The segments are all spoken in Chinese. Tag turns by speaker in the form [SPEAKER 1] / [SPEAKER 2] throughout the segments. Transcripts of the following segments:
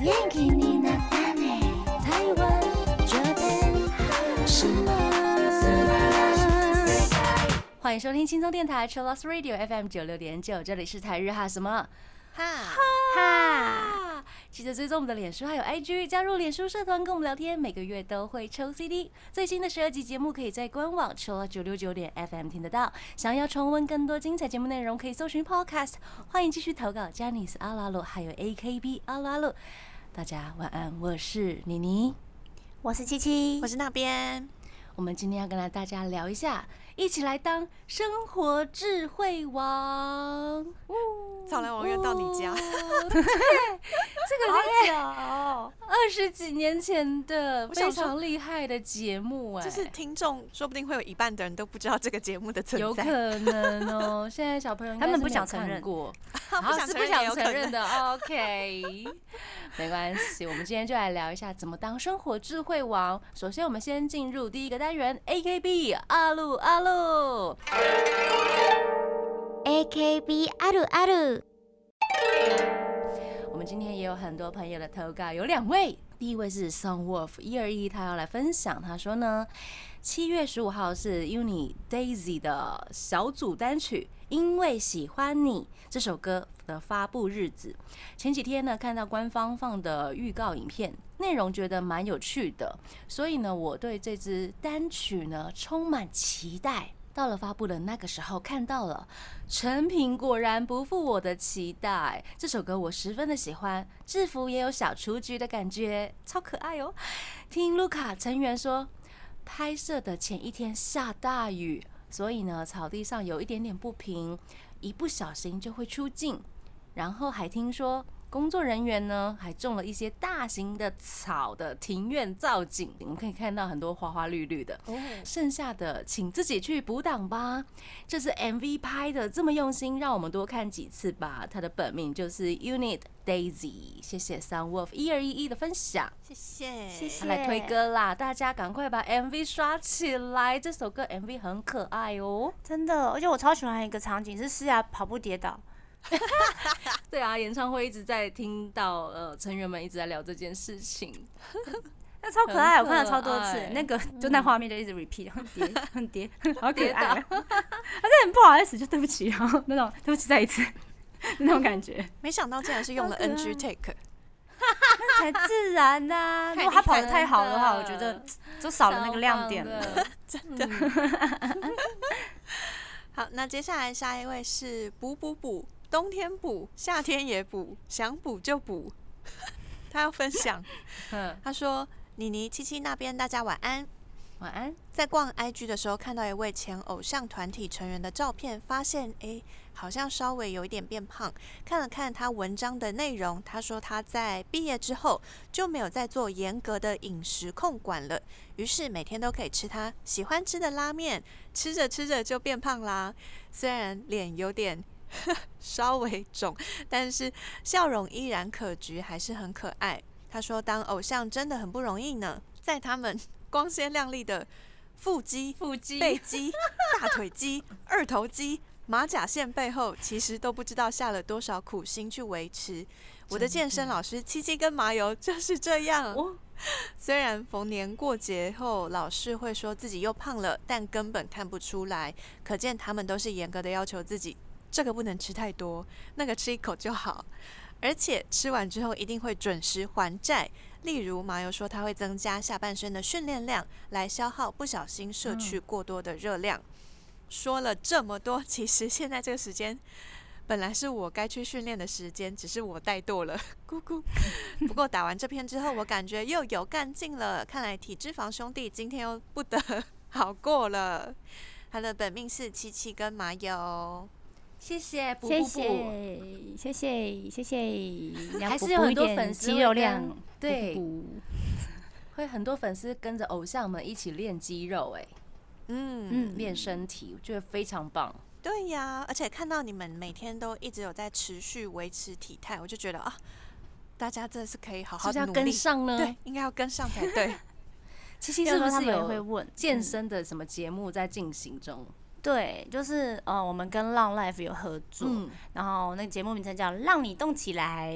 [SPEAKER 1] 元気になったね台湾 Japan 什么
[SPEAKER 2] 欢迎收听轻松电台 c h i l l o s Radio FM 九六点九，这里是台日哈什么
[SPEAKER 3] 哈，
[SPEAKER 2] 哈。记得追踪我们的脸书还有 IG，加入脸书社团跟我们聊天，每个月都会抽 CD。最新的十二集节目可以在官网 c h i l l o 九六九点 FM 听得到。想要重温更多精彩节目内容，可以搜寻 Podcast。欢迎继续投稿 j a n i c e 阿拉鲁还有 AKB 阿拉鲁。大家晚安，我是妮妮。
[SPEAKER 3] 我是七七，我是那边。
[SPEAKER 2] 我们今天要跟大家聊一下，一起来当生活智慧王。
[SPEAKER 3] 早来晚要到你家
[SPEAKER 2] 哦，对，这个好久，二十几年前的
[SPEAKER 3] 我
[SPEAKER 2] 非
[SPEAKER 3] 想说
[SPEAKER 2] 常厉害的节目哎、
[SPEAKER 3] 就是听众说不定会有一半的人都不知道这个节目的存
[SPEAKER 2] 有可
[SPEAKER 3] 在，
[SPEAKER 2] 能哦。现在小朋友应该
[SPEAKER 4] 他们
[SPEAKER 2] 是
[SPEAKER 4] 不
[SPEAKER 2] 没有
[SPEAKER 4] 想承
[SPEAKER 2] 看
[SPEAKER 4] 认
[SPEAKER 2] 过，
[SPEAKER 3] 他
[SPEAKER 2] 好
[SPEAKER 3] 不想
[SPEAKER 2] 是
[SPEAKER 3] 承
[SPEAKER 2] 不
[SPEAKER 3] 认也
[SPEAKER 2] 想
[SPEAKER 3] 有
[SPEAKER 2] 承
[SPEAKER 3] 可
[SPEAKER 2] 认
[SPEAKER 3] 能。
[SPEAKER 2] 的。OK，没关系，我们今天就来聊一下怎么当生活智慧王。首先，我们先进入第一个单元 AKB 阿鲁阿鲁。
[SPEAKER 1] AKB あるある
[SPEAKER 2] 我们今天也有很多朋友的投稿，有两位，第一位是 Sun Wolf 一二一，他要来分享，他说呢，七月十五号是 Uni Daisy 的小组单曲《因为喜欢你》这首歌的发布日子。前几天呢，看到官方放的预告影片，内容觉得蛮有趣的，所以呢，我对这支单曲呢充满期待。到了发布的那个时候，看到了，成品果然不负我的期待。这首歌我十分的喜欢，制服也有小雏菊的感觉，超可爱哦。听卢卡成员说，拍摄的前一天下大雨，所以呢草地上有一点点不平，一不小心就会出镜。然后还听说工作人员呢还种了一些大型的草的庭院造景，我们可以看到很多花花绿绿的。剩下的请自己去补档吧。这次 MV 拍的这么用心，让我们多看几次吧。他的本名就是 Unit Daisy，谢谢 Sun Wolf 一二一一的分享，
[SPEAKER 3] 谢谢，
[SPEAKER 1] 谢谢
[SPEAKER 2] 他来推歌啦，大家赶快把 MV 刷起来，这首歌 MV 很可爱哦。
[SPEAKER 4] 真的，而且我超喜欢一个场景是诗雅跑步跌倒，
[SPEAKER 2] 对啊，演唱会一直在听到呃成员们一直在聊这件事情，
[SPEAKER 4] 那超可爱，我
[SPEAKER 2] 很可
[SPEAKER 4] 看了超多次
[SPEAKER 2] 爱，嗯
[SPEAKER 4] 那个就那画面就一直 repeat，很叠很叠，好可
[SPEAKER 2] 跌
[SPEAKER 4] 爱
[SPEAKER 2] 倒
[SPEAKER 4] 啊， 而且很不好意思，就对不起，然后那种对不起再一次那种感 觉，
[SPEAKER 3] 没想到竟然是用了
[SPEAKER 4] 好可爱
[SPEAKER 3] NG take，
[SPEAKER 4] 才自然呐、 如
[SPEAKER 2] 太
[SPEAKER 4] 果他
[SPEAKER 2] 厉
[SPEAKER 4] 跑
[SPEAKER 2] 害
[SPEAKER 4] 得太好的话，我觉
[SPEAKER 2] 真
[SPEAKER 4] 得
[SPEAKER 2] 的
[SPEAKER 4] 就少了那个亮点
[SPEAKER 2] 超棒
[SPEAKER 4] 了。
[SPEAKER 2] 的，真的。
[SPEAKER 3] 好，那接下来下一位是补补补，冬天补，夏天也补，想补就补。 他要分享，
[SPEAKER 2] 嗯，
[SPEAKER 3] 他说：“妮妮、七七那边大家晚安。”
[SPEAKER 2] 晚安。
[SPEAKER 3] 在逛 IG 的时候，看到一位前偶像团体成员的照片，发现诶，好像稍微有一点变胖。看了看他文章的内容，他说他在毕业之后就没有再做严格的饮食控管了，于是每天都可以吃他喜欢吃的拉面，吃着吃着就变胖啦。虽然脸有点 稍微肿，但是笑容依然可掬，还是很可爱。他说当偶像真的很不容易呢，在他们光鲜亮丽的腹肌、
[SPEAKER 2] 腹肌
[SPEAKER 3] 背 肌、大腿肌、二头肌、马甲线背后，其实都不知道下了多少苦心去维持。我的健身老师七七跟麻油就是这样。
[SPEAKER 2] 哦
[SPEAKER 3] 虽然逢年过节后老是会说自己又胖了，但根本看不出来，可见他们都是严格的要求自己，这个不能吃太多，那个吃一口就好。而且吃完之后一定会准时还债。例如麻油说，它会增加下半身的训练量，来消耗不小心摄
[SPEAKER 2] 嗯
[SPEAKER 3] 取过多的热量。说了这么多， 其实现在这个时间本来是我该去训练的时间，只是我怠惰了， 咕咕。不过打完这篇之后，我感觉又有干劲了。看来体脂肪兄弟今天又不得好过了。 他的本命是七七跟麻油，
[SPEAKER 2] 谢谢，不
[SPEAKER 4] 谢
[SPEAKER 2] 不不，
[SPEAKER 4] 谢谢谢谢谢，要
[SPEAKER 2] 还
[SPEAKER 4] 补
[SPEAKER 2] 是有
[SPEAKER 4] 补
[SPEAKER 2] 很
[SPEAKER 4] 一
[SPEAKER 2] 多
[SPEAKER 4] 点
[SPEAKER 2] 粉丝
[SPEAKER 4] 肌
[SPEAKER 2] 会
[SPEAKER 4] 肉
[SPEAKER 2] 跟
[SPEAKER 4] 量，补
[SPEAKER 2] 对
[SPEAKER 4] 补
[SPEAKER 2] 会很多粉丝跟着偶像们一起练肌肉、哎，
[SPEAKER 3] 嗯，
[SPEAKER 4] 嗯，
[SPEAKER 2] 练身体，我觉得非常棒。
[SPEAKER 3] 对呀。而且看到你们每天都一直有在持续维持体态，我就觉得啊，大家真的是可以好
[SPEAKER 2] 是
[SPEAKER 3] 好
[SPEAKER 2] 不是要
[SPEAKER 3] 努
[SPEAKER 2] 跟
[SPEAKER 3] 力。
[SPEAKER 2] 上呢？
[SPEAKER 3] 对，，应该要跟上才对。
[SPEAKER 2] 七七
[SPEAKER 4] 要
[SPEAKER 2] 是
[SPEAKER 4] 说
[SPEAKER 2] 不
[SPEAKER 4] 他
[SPEAKER 2] 是
[SPEAKER 4] 们也会
[SPEAKER 2] 有
[SPEAKER 4] 问
[SPEAKER 2] 健
[SPEAKER 4] 嗯
[SPEAKER 2] 身的什么节目在进行中？
[SPEAKER 4] 对，就是呃，我们跟浪 Life 有合作，
[SPEAKER 2] 嗯，
[SPEAKER 4] 然后那个节目名称叫《让你动起来》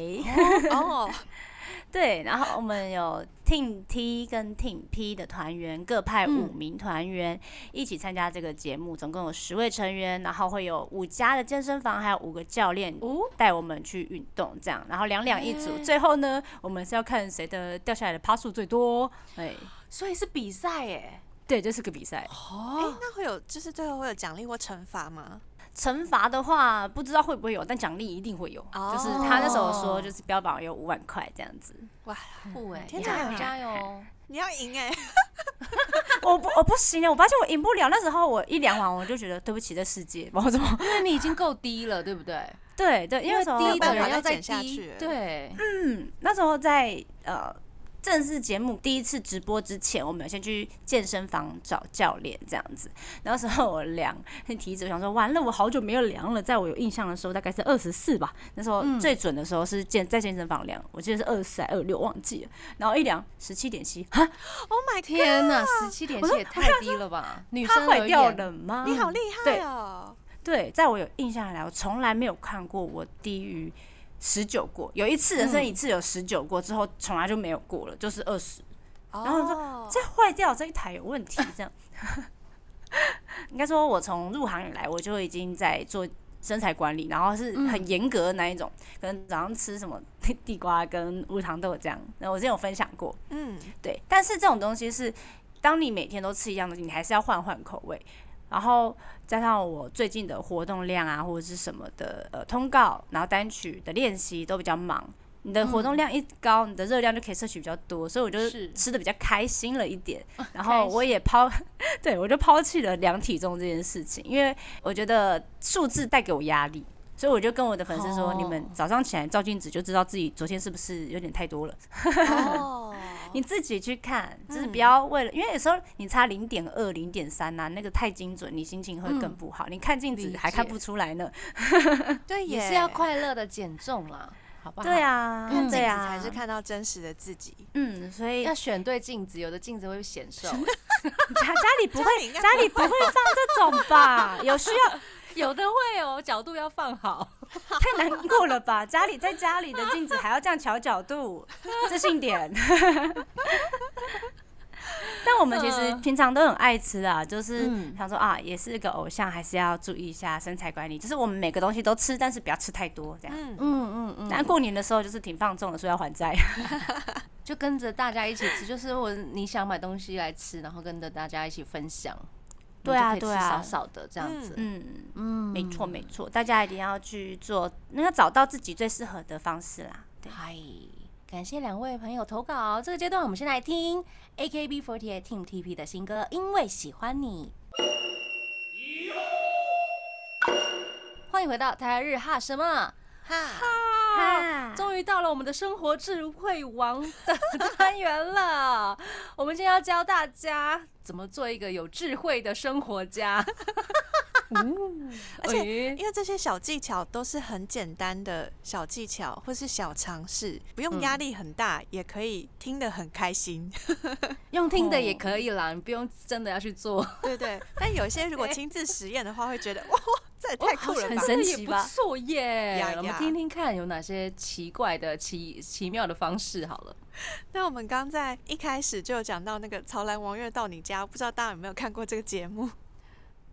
[SPEAKER 3] 哦，
[SPEAKER 5] 对，然后我们有 Team T 跟 Team P 的团员各派五
[SPEAKER 2] 嗯
[SPEAKER 5] 名团员一起参加这个节目，总共有十位成员，然后会有五家的健身房，还有五个教练
[SPEAKER 2] 哦，
[SPEAKER 5] 带我们去运动，这样，然后两两一组，最后呢，我们是要看谁的掉下来的趴数最多，哎，
[SPEAKER 2] 所以是比赛耶。
[SPEAKER 5] 对，这是个比赛。
[SPEAKER 2] 哦，
[SPEAKER 3] 那会有就是最后会有奖励或惩罚吗？
[SPEAKER 5] 惩罚的话，不知道会不会有，但奖励一定会有。
[SPEAKER 3] 哦
[SPEAKER 5] 就是他那时候说，就是标榜有五万块这样子。
[SPEAKER 3] 哇，
[SPEAKER 2] 酷哎，
[SPEAKER 3] 天
[SPEAKER 2] 加油
[SPEAKER 3] 哪
[SPEAKER 2] 哦加油！
[SPEAKER 3] 你要赢哎、
[SPEAKER 5] 我不我不行啊，我发现我赢不了。那时候我一量完，我就觉得对不起这世界，我怎么？
[SPEAKER 2] 因为你已经够低了，对不对？
[SPEAKER 5] 对对，因为那时候
[SPEAKER 2] 低
[SPEAKER 3] 办
[SPEAKER 2] 的
[SPEAKER 3] 法
[SPEAKER 2] 人要
[SPEAKER 3] 再
[SPEAKER 2] 再
[SPEAKER 3] 减下
[SPEAKER 2] 低
[SPEAKER 3] 去了，
[SPEAKER 2] 对，
[SPEAKER 5] 嗯，那时候在呃正式节目第一次直播之前，我们有先去健身房找教练这样子。那时候我量体脂，我想说完了，我好久没有量了。在我有印象的时候，大概是二十四吧。那时候最准的时候是健在健身房量，我记得是二十四还二六，忘记了。然后一量十七点七，哈，
[SPEAKER 3] ，Oh my
[SPEAKER 2] 天哪，十七点七也太低了吧？女
[SPEAKER 5] 它
[SPEAKER 2] 生而
[SPEAKER 5] 坏掉
[SPEAKER 2] 言，
[SPEAKER 5] 了吗？
[SPEAKER 3] 你好厉害
[SPEAKER 5] 对
[SPEAKER 3] 哦！
[SPEAKER 5] 对，在我有印象以来，我从来没有看过我低于十九过。有一次人生一次有十九过，之后从来就没有过了，就是二十。
[SPEAKER 3] 然
[SPEAKER 5] 后说
[SPEAKER 3] 哦
[SPEAKER 5] 这坏掉，这一台有问题，这样。 应该说，我从入行以来，我就已经在做身材管理，然后是很严格的那一种，可能早上吃什么 地瓜跟无糖豆浆，那我之前有分享过，
[SPEAKER 3] 嗯，
[SPEAKER 5] 对。但是这种东西是，当你每天都吃一样的，你还是要换换口味。然后加上我最近的活动量啊，或者是什么的呃通告，然后单曲的练习都比较忙，你的
[SPEAKER 2] 嗯
[SPEAKER 5] 活动量一高，你的热量就可以摄取比较多，所以我就是吃的比较开心了一点。然
[SPEAKER 2] 哦开
[SPEAKER 5] 后我也抛， 对我就抛弃了量体重这件事情，因为我觉得数字带给我压力。所以我就跟我的粉丝说
[SPEAKER 2] 哦
[SPEAKER 5] 你们早上起来照镜子就知道自己昨天是不是有点太多了。
[SPEAKER 3] 哦，
[SPEAKER 5] 你自己去看，就是不
[SPEAKER 3] 嗯
[SPEAKER 5] 要为了，因为有时候你差零点二、零点三啊呐，那个太精准，你心情会更
[SPEAKER 2] 嗯
[SPEAKER 5] 不好。你看镜
[SPEAKER 2] 理
[SPEAKER 5] 子
[SPEAKER 2] 解
[SPEAKER 5] 还看不出来呢。
[SPEAKER 3] 对
[SPEAKER 2] 也
[SPEAKER 3] 耶，
[SPEAKER 2] 是要快乐的减重啦，好不好？
[SPEAKER 5] 对，啊，
[SPEAKER 3] 看镜
[SPEAKER 5] 对
[SPEAKER 3] 子
[SPEAKER 5] 啊，
[SPEAKER 3] 才是看到真实的自己。
[SPEAKER 5] 嗯，所以
[SPEAKER 2] 要选对镜子，有的镜子会显瘦，
[SPEAKER 5] 家家里不
[SPEAKER 3] 家里
[SPEAKER 5] 会，
[SPEAKER 3] 应该
[SPEAKER 5] 家里不会放这种 吧？有需要
[SPEAKER 2] 有的会哦，角度要放好。
[SPEAKER 5] 太难过了吧？家里在家里的镜子还要这样调角 度，自信点。 但我们其实
[SPEAKER 2] 嗯
[SPEAKER 5] 平常都很爱吃啊，就是
[SPEAKER 2] 嗯
[SPEAKER 5] 想说啊，也是个偶像，还是要注意一下身材管理。就是我们每个东西都吃，但是不要吃太多，这样。
[SPEAKER 3] 嗯，
[SPEAKER 2] 嗯嗯
[SPEAKER 5] 但过年的时候就是挺放纵的，说要 还债。
[SPEAKER 2] 就跟着大家一起吃，就是我你想买东西来吃，然后跟着大家一起分享，
[SPEAKER 5] 对啊
[SPEAKER 2] 你就可以
[SPEAKER 5] 对
[SPEAKER 2] 吃
[SPEAKER 5] 啊
[SPEAKER 2] 少少的这样子，
[SPEAKER 5] 嗯，
[SPEAKER 2] 嗯，
[SPEAKER 5] 没错没错，大家一定要去做，那要找到自己最适合的方式啦。对，
[SPEAKER 2] 嗨，感谢两位朋友投稿。这个阶段，我们先来听 AKB48 Team TP 的新歌《因为喜欢你》。欢迎回到台日哈什么？
[SPEAKER 3] 哈，
[SPEAKER 5] 啊，
[SPEAKER 2] 终于到了我们的生活智慧王的单元了。我们今天要教大家怎么做一个有智慧的生活 家。
[SPEAKER 3] 嗯而且
[SPEAKER 2] 哎
[SPEAKER 3] 因为这些小技巧都是很简单的小技巧或是小尝试，不用压力很大，也可以听得很开心。
[SPEAKER 2] 用听的也可以啦，你不用真的要去做，
[SPEAKER 3] 对对，但有些如果亲自实验的话，会觉得哇，这也太酷了
[SPEAKER 5] 很
[SPEAKER 3] 吧！
[SPEAKER 5] 神
[SPEAKER 2] 也
[SPEAKER 5] 奇
[SPEAKER 2] 不
[SPEAKER 5] 吧？
[SPEAKER 2] 错耶
[SPEAKER 3] 呀。
[SPEAKER 2] 我们
[SPEAKER 3] 呀
[SPEAKER 2] 听听看有哪些奇怪的、奇奇妙的方式好了。
[SPEAKER 3] 那我们刚在一开始就有讲到那个《潮兰王月到你家》，不知道大家有没有看过这个节目？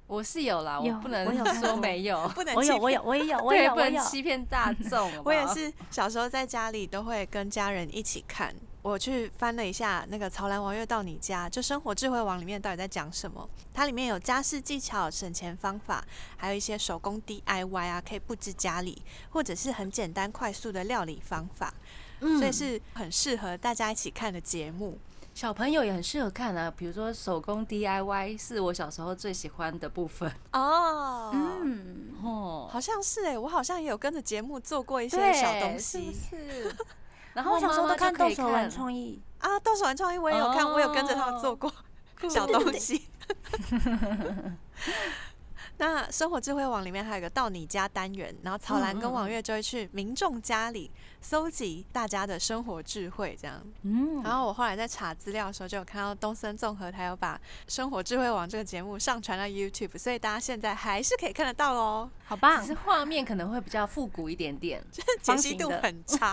[SPEAKER 2] 我是有啦，
[SPEAKER 5] 有
[SPEAKER 2] 我不
[SPEAKER 5] 我有
[SPEAKER 2] 能
[SPEAKER 5] 看
[SPEAKER 2] 说
[SPEAKER 5] 过
[SPEAKER 2] 没有，
[SPEAKER 3] 不能
[SPEAKER 5] 我有
[SPEAKER 3] 欺
[SPEAKER 5] 我有我也有我也
[SPEAKER 2] 对，
[SPEAKER 5] 有
[SPEAKER 2] 不
[SPEAKER 5] 我
[SPEAKER 2] 能
[SPEAKER 5] 有，
[SPEAKER 2] 欺骗大众。好不
[SPEAKER 3] 我也
[SPEAKER 2] 好，
[SPEAKER 3] 是小时候在家里都会跟家人一起看。我去翻了一下那个《潮兰王月到你家》，就《生活智慧王》里面到底在讲什么？它里面有家事技巧、省钱方法，还有一些手工 DIY 啊，可以布置家里，或者是很简单快速的料理方法，所
[SPEAKER 5] 嗯
[SPEAKER 3] 以是很适合大家一起看的节目。
[SPEAKER 2] 小朋友也很适合看啊，比如说手工 DIY 是我小时候最喜欢的部分。
[SPEAKER 3] 哦，
[SPEAKER 5] 嗯，
[SPEAKER 2] 哦，
[SPEAKER 3] 好像是哎、我好像也有跟着节目做过一些
[SPEAKER 2] 对
[SPEAKER 3] 小东西
[SPEAKER 2] 是不是？然
[SPEAKER 5] 然
[SPEAKER 2] 后
[SPEAKER 5] 后我小时候
[SPEAKER 2] 妈妈
[SPEAKER 5] 都
[SPEAKER 2] 就
[SPEAKER 5] 看
[SPEAKER 2] 可
[SPEAKER 5] 动
[SPEAKER 2] 以
[SPEAKER 5] 手玩创意，
[SPEAKER 3] 啊，动手玩创意我也有
[SPEAKER 2] 哦
[SPEAKER 3] 看，我有跟着他们做过。小东 西。那生活智慧网里面还有一个到你家单元，然后曹兰跟王月就会去民众家里搜集大家的生活智慧，这样。
[SPEAKER 2] 嗯，
[SPEAKER 3] 然后我后来在查资料的时候，就有看到东森综合台有把《生活智慧网》这个节目上传到 YouTube，所以大家现在还是可以看得到哦。
[SPEAKER 5] 好
[SPEAKER 2] 只
[SPEAKER 5] 棒
[SPEAKER 2] 是！画面可能会比较复古一点点。
[SPEAKER 3] 解析度很差，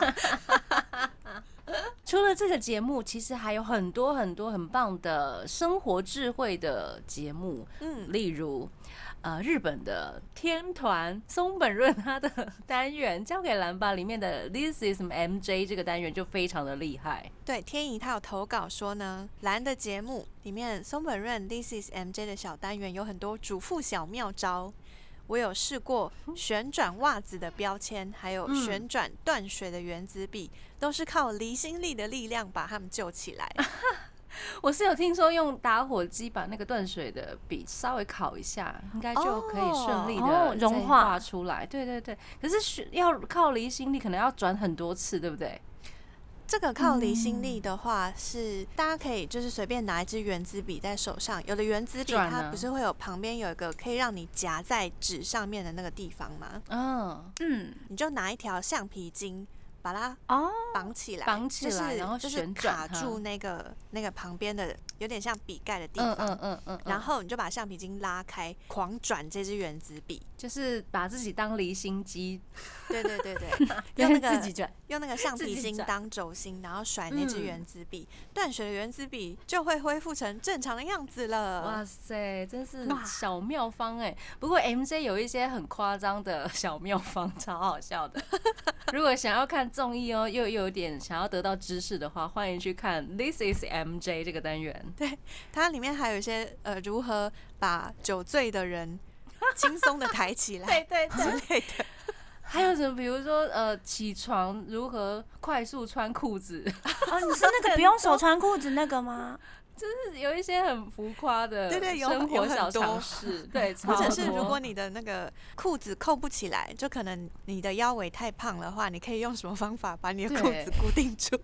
[SPEAKER 2] 除了这个节目，其实还有很多很多很棒的生活智慧的节目，
[SPEAKER 3] 嗯，
[SPEAKER 2] 例如，呃，日本的天团松本润他的单元交给蓝吧里面的 This is MJ 这个单元就非常的厉害。
[SPEAKER 3] 对，天怡她有投稿说呢，蓝的节目里面松本润 This is MJ 的小单元有很多主妇小妙招。我有试过旋转袜子的标签，还有
[SPEAKER 2] 嗯
[SPEAKER 3] 旋转断水的原子笔，都是靠离心力的力量把它们救起来。
[SPEAKER 2] 啊我是有听说用打火机把那个断水的笔稍微烤一下，应该就可以顺利的
[SPEAKER 5] 哦哦融化
[SPEAKER 2] 出来。对对对，可是需要靠离心力，可能要转很多次，对不对？
[SPEAKER 3] 这个靠离心
[SPEAKER 2] 嗯
[SPEAKER 3] 力的话是，大家可以就是随便拿一支圆珠笔在手上，有的圆珠笔
[SPEAKER 2] 转
[SPEAKER 3] 它
[SPEAKER 2] 啊
[SPEAKER 3] 不是会有旁边有一个可以让你夹在纸上面的那个地方吗？
[SPEAKER 2] 嗯，
[SPEAKER 5] 嗯，
[SPEAKER 3] 你就拿一条橡皮筋把它
[SPEAKER 5] 哦，
[SPEAKER 3] 绑起来，
[SPEAKER 2] 绑起来
[SPEAKER 3] 就是
[SPEAKER 2] 然后
[SPEAKER 3] 就是
[SPEAKER 2] 旋转
[SPEAKER 3] 卡
[SPEAKER 2] 它
[SPEAKER 3] 住那个那个旁边的有点像笔盖的地
[SPEAKER 2] 嗯
[SPEAKER 3] 方，
[SPEAKER 2] 嗯嗯嗯，
[SPEAKER 3] 然
[SPEAKER 2] 后
[SPEAKER 3] 后你就把橡皮筋拉开，狂转这支圆珠 笔。
[SPEAKER 2] 就是把自己当离心机，
[SPEAKER 3] 对对对对，用那个
[SPEAKER 5] 自己 转，
[SPEAKER 3] 用那个橡
[SPEAKER 2] 自
[SPEAKER 3] 皮
[SPEAKER 2] 己
[SPEAKER 3] 筋
[SPEAKER 2] 转
[SPEAKER 3] 当轴心，然后甩那支
[SPEAKER 2] 嗯
[SPEAKER 3] 原子笔，断水的原子笔就会恢复成正常的样子了。
[SPEAKER 2] 哇塞，真是
[SPEAKER 5] 哇
[SPEAKER 2] 小妙方哎、不过 MJ 有一些很夸张的小妙方， 超好笑的。如果想要看综艺哦，又又有点想要得到知识的话，欢迎去看《This Is MJ》这个单元。
[SPEAKER 3] 它里面还有一些呃，如何把酒醉的人轻松的抬起来
[SPEAKER 2] 对
[SPEAKER 3] 之，类的。
[SPEAKER 2] 还有什么？比如说呃，起床如何快速穿裤子，
[SPEAKER 5] 哦，你是那个不用手穿裤子那个吗？
[SPEAKER 2] 就是有一些很浮夸的
[SPEAKER 3] 对对有
[SPEAKER 2] 生
[SPEAKER 3] 有
[SPEAKER 2] 活
[SPEAKER 3] 很
[SPEAKER 2] 小
[SPEAKER 3] 多
[SPEAKER 2] 常 识，对，
[SPEAKER 3] 或者
[SPEAKER 2] 超
[SPEAKER 3] 是如
[SPEAKER 2] 多
[SPEAKER 3] 果你的那个裤子扣不起来，就可能你的腰围太胖的话，你可以用什么方法把你的裤
[SPEAKER 2] 对
[SPEAKER 3] 子固定住？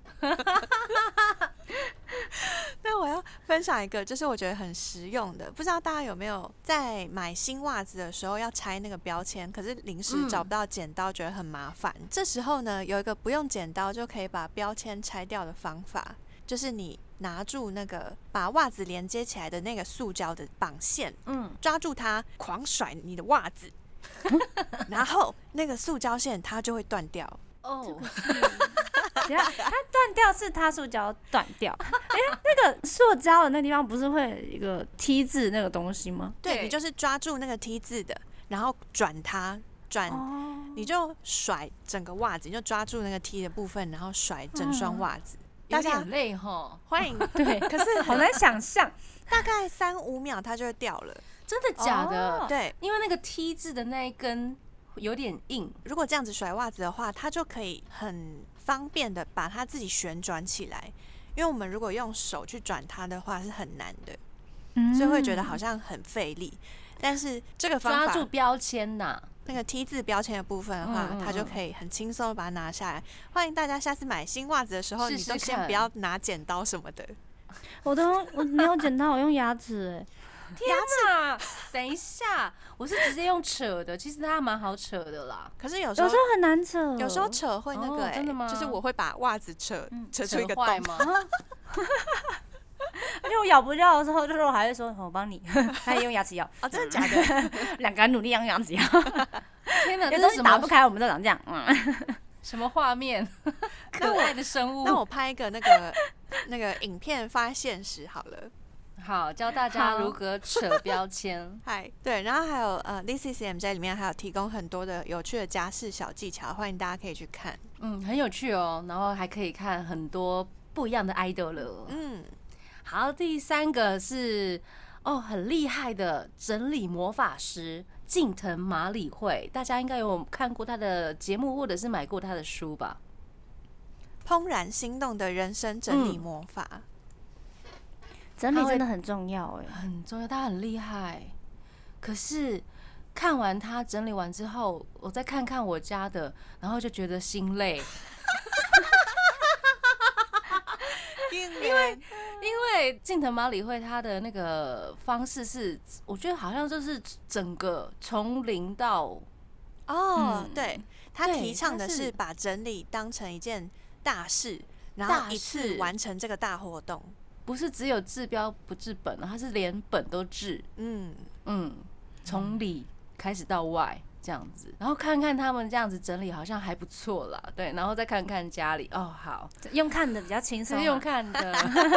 [SPEAKER 3] 那我要分享一个，就是我觉得很实用的，不知道大家有没有在买新袜子的时候要拆那个标签，可是临时
[SPEAKER 2] 嗯
[SPEAKER 3] 找不到剪刀，觉得很麻烦。这时候呢，有一个不用剪刀就可以把标签拆掉的方法，就是你拿住那个把袜子连接起来的那个塑胶的绑线，
[SPEAKER 2] 嗯，
[SPEAKER 3] 抓住它，狂甩你的袜 子，然后那个塑胶线它就会断掉。
[SPEAKER 2] 哦，
[SPEAKER 5] 等一下它断掉是它塑胶断 掉，哎、那个塑胶的那地方不是会有一个 T 字那个东西吗？
[SPEAKER 3] 对
[SPEAKER 2] 对
[SPEAKER 3] 你就是抓住那个 T 字的，然后转它，转、
[SPEAKER 5] 哦，
[SPEAKER 3] 你就甩整个袜子，你就抓住那个 T 的部分，然后甩整双袜子。
[SPEAKER 2] 嗯
[SPEAKER 3] 大
[SPEAKER 2] 有
[SPEAKER 3] 家
[SPEAKER 2] 点累哈，
[SPEAKER 3] 欢迎，
[SPEAKER 5] 对， 可是好难想象，
[SPEAKER 3] 大概三五秒它就会掉了。
[SPEAKER 2] 真的假的？
[SPEAKER 5] 哦
[SPEAKER 3] 对，
[SPEAKER 2] 因为那个 T 字的那一根有点硬，
[SPEAKER 3] 如果这样子甩袜子的话，它就可以很方便的把它自己旋转起来。因为我们如果用手去转它的话是很难的，所以会觉得好像很费力。但是这个
[SPEAKER 2] 嗯
[SPEAKER 3] 方
[SPEAKER 2] 抓
[SPEAKER 3] 法
[SPEAKER 2] 住标签呐、
[SPEAKER 3] 那个 T 字标签的部分的话，
[SPEAKER 2] 嗯嗯
[SPEAKER 3] 它就
[SPEAKER 2] 嗯
[SPEAKER 3] 可以很轻松的把它拿下来。欢迎大家下次买新袜子的时候，
[SPEAKER 2] 试
[SPEAKER 3] 你
[SPEAKER 2] 试
[SPEAKER 3] 都先
[SPEAKER 2] 看
[SPEAKER 3] 不要拿剪刀什么的。
[SPEAKER 5] 我都我没有剪刀，我用牙齿、哎，
[SPEAKER 2] 天哪！等一下，我是直接用扯的，其实它还蛮好扯的啦。
[SPEAKER 3] 可是有时
[SPEAKER 5] 有
[SPEAKER 3] 候
[SPEAKER 5] 时候很难扯，
[SPEAKER 3] 有时候扯会那个、
[SPEAKER 2] 哦
[SPEAKER 3] 欸
[SPEAKER 2] 真的吗嗯
[SPEAKER 3] 就是我会把袜子扯扯出一个
[SPEAKER 2] 扯坏
[SPEAKER 3] 洞。
[SPEAKER 2] 吗？
[SPEAKER 5] 因为我咬不掉的时候，就是我还会说哦我帮 你，他也用牙齿 咬，
[SPEAKER 3] 哦，真的假的？
[SPEAKER 5] 两个人努力用牙齿咬，
[SPEAKER 2] 天哪，
[SPEAKER 5] 有
[SPEAKER 2] 这
[SPEAKER 5] 东
[SPEAKER 2] 是
[SPEAKER 5] 西
[SPEAKER 2] 什
[SPEAKER 5] 打不
[SPEAKER 2] 么
[SPEAKER 5] 开，我们都长这样，嗯，
[SPEAKER 2] 什么画面？ 可爱的生物。
[SPEAKER 3] 那我拍一个那个那个影片发现实好了。。
[SPEAKER 2] 好教大家
[SPEAKER 5] 好
[SPEAKER 2] 如何扯标签
[SPEAKER 3] 嗨，对，然后还有呃，This is MJ 里面还有提供很多的有趣的家事小技巧，欢迎大家可以去看。
[SPEAKER 2] 嗯，很有趣哦，然后还可以看很多不一样的 idol 了。
[SPEAKER 3] 嗯，
[SPEAKER 2] 好，第三个是哦，很厉害的整理魔法师近藤麻里惠，大家应该有看过他的节目或者是买过他的书吧？
[SPEAKER 3] 怦然心动的人生整理
[SPEAKER 2] 嗯
[SPEAKER 3] 魔法，
[SPEAKER 5] 整理真的很重要哎、
[SPEAKER 2] 很重要，他很厉害。可是看完他整理完之后，我再看看我家的，然后就觉得心累，
[SPEAKER 3] 因为
[SPEAKER 2] 因为近藤麻里惠他的那个方式是，我觉得好像就是整个从零到
[SPEAKER 3] 哦，对，他
[SPEAKER 2] 嗯对
[SPEAKER 3] 提倡
[SPEAKER 2] 他
[SPEAKER 3] 的是
[SPEAKER 2] 是
[SPEAKER 3] 把整理当成一件大事，然后
[SPEAKER 2] 大
[SPEAKER 3] 一次
[SPEAKER 2] 事
[SPEAKER 3] 完成这个大活动。
[SPEAKER 2] 不是只有治标不治 本，他是连本都治。
[SPEAKER 3] 嗯，
[SPEAKER 2] 嗯，从里开始到外，这样子，然后看看他们这样子整理好像还不错啦，对，然后再看看家里，哦，好，
[SPEAKER 5] 用看的比较轻松啊
[SPEAKER 2] 是
[SPEAKER 5] 嘛，
[SPEAKER 2] 用看的，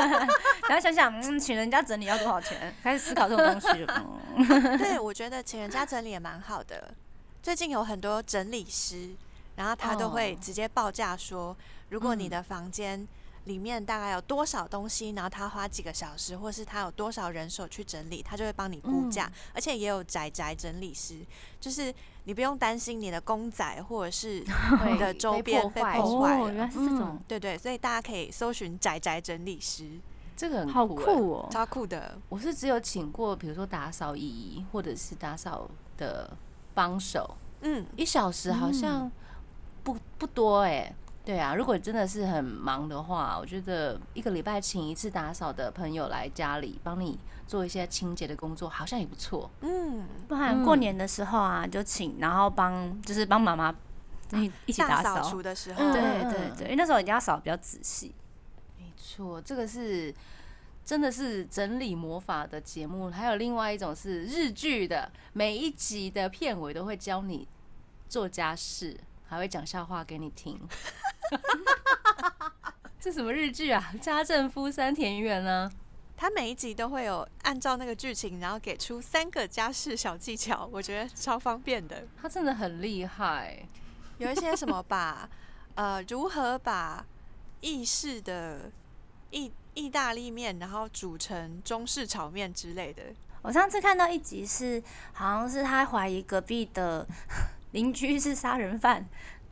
[SPEAKER 5] 然后想想，嗯，请人家整理要多少钱，开始思考这种东西了。 嗯
[SPEAKER 3] 对，我觉得请人家整理也蛮好的。最近有很多整理师，然后他都会
[SPEAKER 2] 哦嗯
[SPEAKER 3] 直接报价说，如果你的房间里面大概有多少东西，然后他花几个小时，或是他有多少人手去整理，他就会帮你估价。
[SPEAKER 2] 嗯
[SPEAKER 3] 而且也有宅宅整理师，就是你不用担心你的公仔或者是 你的
[SPEAKER 2] 被
[SPEAKER 3] 周边被
[SPEAKER 2] 破坏
[SPEAKER 3] 破坏
[SPEAKER 4] 哦，原
[SPEAKER 3] 了。
[SPEAKER 4] 来是
[SPEAKER 5] 嗯
[SPEAKER 4] 这种，
[SPEAKER 3] 对对，所以大家可以搜寻宅宅整理师，
[SPEAKER 2] 这个很
[SPEAKER 4] 好
[SPEAKER 2] 欸
[SPEAKER 4] 酷哦！
[SPEAKER 3] 超酷的。
[SPEAKER 2] 我是只有请过，比如说打扫阿姨或者是打扫的帮手，
[SPEAKER 3] 嗯，
[SPEAKER 2] 一小时好像不、不多哎、对啊，如果真的是很忙的话，我觉得一个礼拜请一次打扫的朋友来家里帮你做一些清洁的工作，好像也不错。
[SPEAKER 3] 嗯，
[SPEAKER 5] 不然过年的时候啊，就请，然后帮就是帮妈妈一一起
[SPEAKER 3] 大
[SPEAKER 5] 打
[SPEAKER 3] 扫
[SPEAKER 5] 啊扫
[SPEAKER 3] 除。的时候，
[SPEAKER 2] 嗯
[SPEAKER 5] 对对对，因为那时候一定要扫得比较仔细。
[SPEAKER 2] 没错，这个是真的是整理魔法的节目，还有另外一种是日剧的，每一集的片尾都会教你做家事，还会讲笑话给你听。 这什么日剧啊？ 家政夫三田园啊呢、
[SPEAKER 3] 他每一集都会有按照那个剧情，然后给出三个家事小技巧，我觉得超方便的。
[SPEAKER 2] 他真的很厉害。
[SPEAKER 3] 有一些什么把呃如何把意式的意意大利面，然后煮成中式炒面之类的。
[SPEAKER 5] 我上次看到一集是，好像是他怀疑隔壁的 邻居是杀人犯，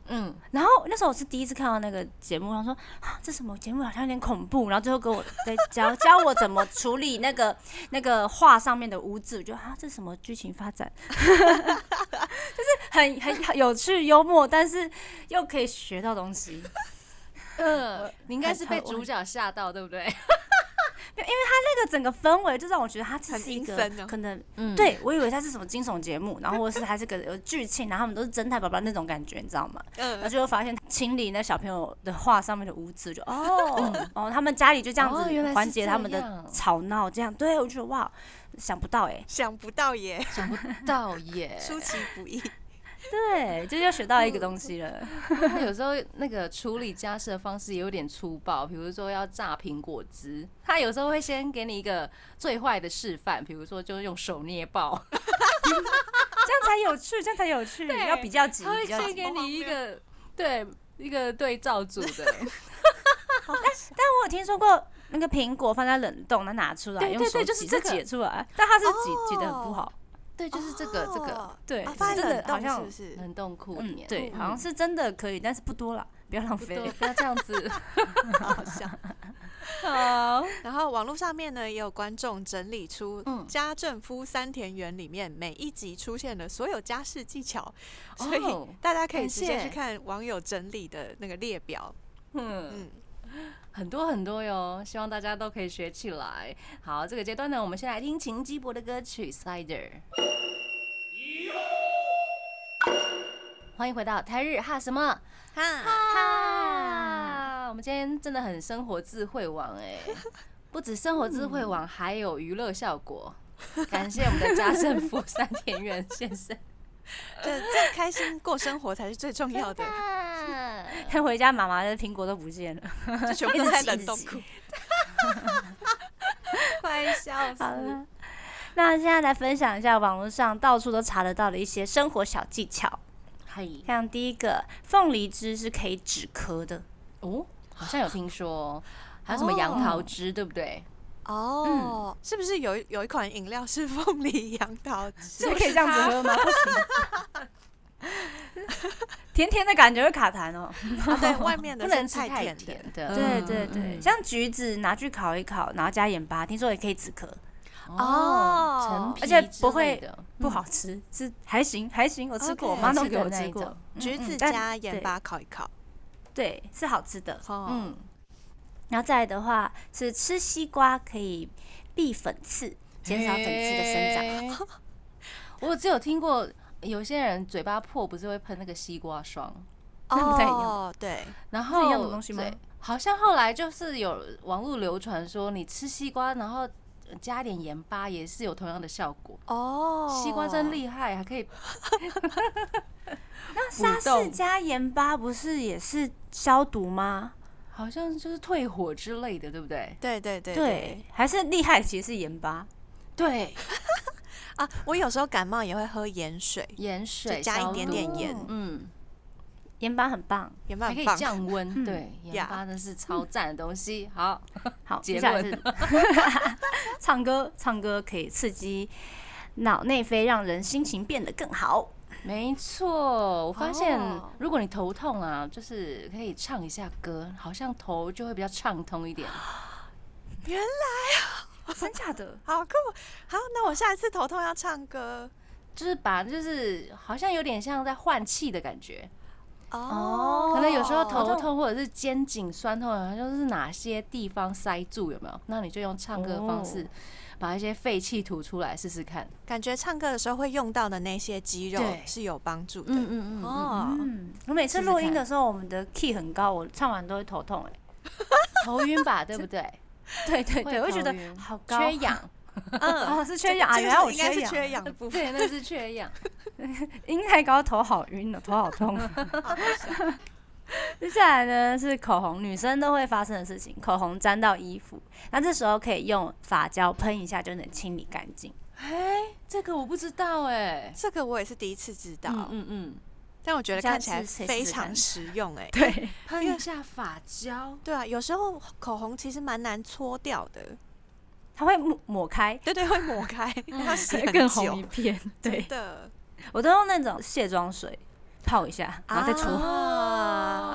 [SPEAKER 2] 嗯，
[SPEAKER 5] 然后那时候我是第一次看到那个节目，然后说啊，这什么节目好像有点恐怖，然后最后给我在教教我怎么处理那个那个画上面的污渍，我觉得啊，这什么剧情发展， 就是很很很有趣幽默，但是又可以学到东西。
[SPEAKER 2] 呃， 你应该是被
[SPEAKER 5] 很
[SPEAKER 2] 主角吓到，对不 对？
[SPEAKER 5] 那个整个氛围就让我觉得它只
[SPEAKER 3] 很
[SPEAKER 5] 是一
[SPEAKER 3] 阴
[SPEAKER 5] 个
[SPEAKER 3] 森哦
[SPEAKER 5] 可能，
[SPEAKER 2] 嗯，
[SPEAKER 5] 对我以为它是什么惊悚节目，然后或者是它是个有剧情，然后他们都是侦探宝宝那种感觉，你知道吗？然后
[SPEAKER 3] 嗯，
[SPEAKER 5] 就发现清理那小朋友的画上面的污渍，就哦哦，他们家里就这样
[SPEAKER 2] 哦原来是
[SPEAKER 5] 子缓解他们
[SPEAKER 2] 这
[SPEAKER 5] 的
[SPEAKER 2] 样
[SPEAKER 5] 吵闹，这样对我觉得哇，想不到哎、
[SPEAKER 3] 想不到耶，
[SPEAKER 2] 想不到耶。
[SPEAKER 3] 出其不意。
[SPEAKER 5] 对，就又学到一个东西了。
[SPEAKER 2] 他有时候那个处理家事的方式也有点粗暴，比如说要榨苹果汁，他有时候会先给你一个最坏的示范，比如说就是用手捏爆，
[SPEAKER 5] 这样才有趣，这样才有趣，
[SPEAKER 2] 对
[SPEAKER 5] 要比较 急，
[SPEAKER 2] 他会
[SPEAKER 5] 比较
[SPEAKER 2] 先
[SPEAKER 5] 急。
[SPEAKER 2] 给你一个对一个对照组的，
[SPEAKER 5] 但我有听说过那个苹果放在冷冻，它拿出来
[SPEAKER 2] 对
[SPEAKER 5] 用
[SPEAKER 2] 对
[SPEAKER 5] 手
[SPEAKER 2] 对就是
[SPEAKER 5] 挤
[SPEAKER 2] 这
[SPEAKER 5] 就
[SPEAKER 2] 个
[SPEAKER 5] 挤得出来，但它是挤
[SPEAKER 3] 哦
[SPEAKER 5] 挤得很不好。
[SPEAKER 2] 对，就是这个这个
[SPEAKER 3] 哦
[SPEAKER 5] 对
[SPEAKER 3] 啊，放在
[SPEAKER 5] 真
[SPEAKER 3] 冷
[SPEAKER 5] 的好
[SPEAKER 3] 冻
[SPEAKER 5] 像
[SPEAKER 3] 是不是？
[SPEAKER 2] 冷冻库里
[SPEAKER 5] 嗯
[SPEAKER 2] 面，，
[SPEAKER 5] 对，
[SPEAKER 2] 嗯
[SPEAKER 5] 好像是真的可以，但是不多啦，不要浪
[SPEAKER 2] 不
[SPEAKER 5] 费。
[SPEAKER 2] 多不要这样子，
[SPEAKER 5] 嗯
[SPEAKER 3] 好像。然后网络上面呢，也有观众整理出
[SPEAKER 2] 嗯
[SPEAKER 3] 《家政夫三田园》里面每一集出现的所有家事技巧，所
[SPEAKER 2] 哦
[SPEAKER 3] 以大家可以
[SPEAKER 2] 感
[SPEAKER 3] 直接
[SPEAKER 2] 谢
[SPEAKER 3] 去看网友整理的那个列表。
[SPEAKER 2] 嗯。
[SPEAKER 3] 嗯，
[SPEAKER 2] 很多很多哟，希望大家都可以学起来。好，这个阶段呢，我们先来听秦基博的歌曲《Cider》。欢迎回到台日哈什么
[SPEAKER 3] 哈，
[SPEAKER 2] 哈？我们今天真的很生活智慧王 哎、不止生活智慧
[SPEAKER 3] 嗯
[SPEAKER 2] 王，还有娱乐效果。感谢我们的家政夫三田园先 生。
[SPEAKER 3] 这这开心过生活才是最 重要的，嗯
[SPEAKER 5] 他 回家妈妈的苹果都不见了。
[SPEAKER 3] 这全部
[SPEAKER 5] 一
[SPEAKER 3] 都
[SPEAKER 5] 直
[SPEAKER 3] 在
[SPEAKER 5] 挤一
[SPEAKER 3] 冷
[SPEAKER 5] 直
[SPEAKER 3] 冻
[SPEAKER 5] 挤
[SPEAKER 3] 库，快 笑死！
[SPEAKER 5] 好了，那现在来分享一下网络上到处都查得到的一些生活小技巧。
[SPEAKER 2] 嗨，
[SPEAKER 5] 像第一个，凤梨汁是可以止咳的，
[SPEAKER 2] 哦，好像有听说哦，还有什么杨桃汁，对不对？嗯
[SPEAKER 3] 哦，是不是有一有一款饮料是凤梨杨桃汁？
[SPEAKER 5] 这可以这样子喝吗？不行， 甜甜的感觉会卡痰哦。
[SPEAKER 3] 啊对，外面的
[SPEAKER 2] 不
[SPEAKER 3] 是
[SPEAKER 2] 能吃
[SPEAKER 3] 太
[SPEAKER 2] 太
[SPEAKER 3] 甜的
[SPEAKER 2] 甜的。
[SPEAKER 5] 对对
[SPEAKER 2] 嗯
[SPEAKER 5] 对，像橘子拿去烤一烤，然后加盐巴，听说也可以止咳，
[SPEAKER 2] 哦，陈皮
[SPEAKER 5] 而且
[SPEAKER 2] 之
[SPEAKER 5] 不会
[SPEAKER 2] 类的哦
[SPEAKER 5] 不好吃，是还行还行，我吃过，我
[SPEAKER 3] OK，
[SPEAKER 5] 妈弄
[SPEAKER 2] 吃
[SPEAKER 5] 给
[SPEAKER 2] 的
[SPEAKER 5] 嗯我
[SPEAKER 2] 那
[SPEAKER 5] 吃
[SPEAKER 2] 一
[SPEAKER 5] 过
[SPEAKER 2] 种，
[SPEAKER 5] 嗯
[SPEAKER 3] 橘子
[SPEAKER 5] 嗯但
[SPEAKER 3] 加盐巴烤一烤。
[SPEAKER 5] 对是好吃的。
[SPEAKER 3] 哦，
[SPEAKER 2] 嗯，
[SPEAKER 5] 然后再来的话是吃西瓜可以避粉刺，减少粉刺的生长。
[SPEAKER 2] 长。 我只有听过有些人嘴巴破，不是会喷那个西瓜霜，
[SPEAKER 5] 那不太一样
[SPEAKER 3] 哦，对，
[SPEAKER 2] 然后
[SPEAKER 5] 是一样的东西吗
[SPEAKER 2] 对好像后来就是有网络流传说，你吃西瓜，然后加点盐巴也是有同样的效果。
[SPEAKER 3] 哦
[SPEAKER 2] 西瓜真厉害，还可以
[SPEAKER 5] 那沙士加盐巴不是也是消毒吗？
[SPEAKER 2] 好像就是退火之类的，对不对？
[SPEAKER 3] 对对对
[SPEAKER 5] 对，还是厉害的其实是盐巴。
[SPEAKER 2] 对，
[SPEAKER 3] 啊，我有时候感冒也会喝盐水，
[SPEAKER 2] 盐
[SPEAKER 3] 就
[SPEAKER 2] 水
[SPEAKER 3] 加
[SPEAKER 2] 消
[SPEAKER 3] 一点点
[SPEAKER 2] 毒，
[SPEAKER 3] 盐，
[SPEAKER 2] 嗯，
[SPEAKER 5] 盐巴很棒。
[SPEAKER 3] 盐巴
[SPEAKER 2] 还可
[SPEAKER 3] 很
[SPEAKER 2] 以
[SPEAKER 3] 棒。
[SPEAKER 2] 降 温。对，盐
[SPEAKER 3] 呀
[SPEAKER 2] 巴真是超赞的东西。好，
[SPEAKER 5] 好，
[SPEAKER 2] 结
[SPEAKER 5] 接下来
[SPEAKER 2] 论
[SPEAKER 5] 是 唱歌，唱歌可以刺激脑内啡，让人心情变得更好。
[SPEAKER 2] 没错，我发现
[SPEAKER 3] 哦
[SPEAKER 2] 如果你头痛啊，就是可以唱一下歌，好像头就会比较畅通一点。
[SPEAKER 3] 原来
[SPEAKER 5] 真假的？
[SPEAKER 3] 好酷，好，那我下一次头痛要唱歌
[SPEAKER 2] 就是把，就是好像有点像在换气的感觉。
[SPEAKER 3] 哦。
[SPEAKER 2] 可能有时候头痛或者是肩颈酸痛，好像就是哪些地方塞住，有没有？那你就用唱歌的方式，把一些废气吐出来试试看。
[SPEAKER 3] 感觉唱歌的时候会用到的那些肌肉
[SPEAKER 2] 对
[SPEAKER 3] 是有帮助的。
[SPEAKER 2] 嗯嗯嗯，
[SPEAKER 3] 哦，
[SPEAKER 5] 嗯，我每次
[SPEAKER 2] 试试
[SPEAKER 5] 录音
[SPEAKER 2] 看
[SPEAKER 5] 的时候，我们的 key 很高，我唱完都会头痛、欸。
[SPEAKER 2] 头晕吧， 对不对？
[SPEAKER 5] 对对
[SPEAKER 2] 会
[SPEAKER 5] 对，我就觉
[SPEAKER 2] 头
[SPEAKER 5] 得
[SPEAKER 2] 晕
[SPEAKER 5] 好高。
[SPEAKER 2] 缺 氧，
[SPEAKER 3] 嗯，
[SPEAKER 5] 哦， 是缺氧啊！
[SPEAKER 3] 这个
[SPEAKER 5] 原来我
[SPEAKER 3] 应该是
[SPEAKER 5] 氧，
[SPEAKER 3] 缺氧 的部分。
[SPEAKER 2] 对，那是缺氧。
[SPEAKER 5] 音太高，头好晕哦了，头好痛。接下来呢是口红，女生都会发生的事情，口红沾到衣服，那这时候可以用发胶喷一下就能清理干净。
[SPEAKER 2] 哎，这个我不知道哎。
[SPEAKER 3] 这个我也是第一次知道，
[SPEAKER 2] 嗯嗯嗯，
[SPEAKER 3] 但我觉得看起来
[SPEAKER 5] 下次谁
[SPEAKER 3] 非
[SPEAKER 5] 试试看
[SPEAKER 3] 常实用哎、
[SPEAKER 5] 对，
[SPEAKER 2] 喷一下发胶，
[SPEAKER 3] 对啊，有时候口红其实蛮难搓掉的，
[SPEAKER 5] 它会抹抹开，
[SPEAKER 3] 对对，会抹开，它 洗很
[SPEAKER 4] 更红一
[SPEAKER 3] 久
[SPEAKER 4] 片。对，
[SPEAKER 3] 的
[SPEAKER 5] 我都用那种卸妆水泡一下，然后再搓。
[SPEAKER 2] 啊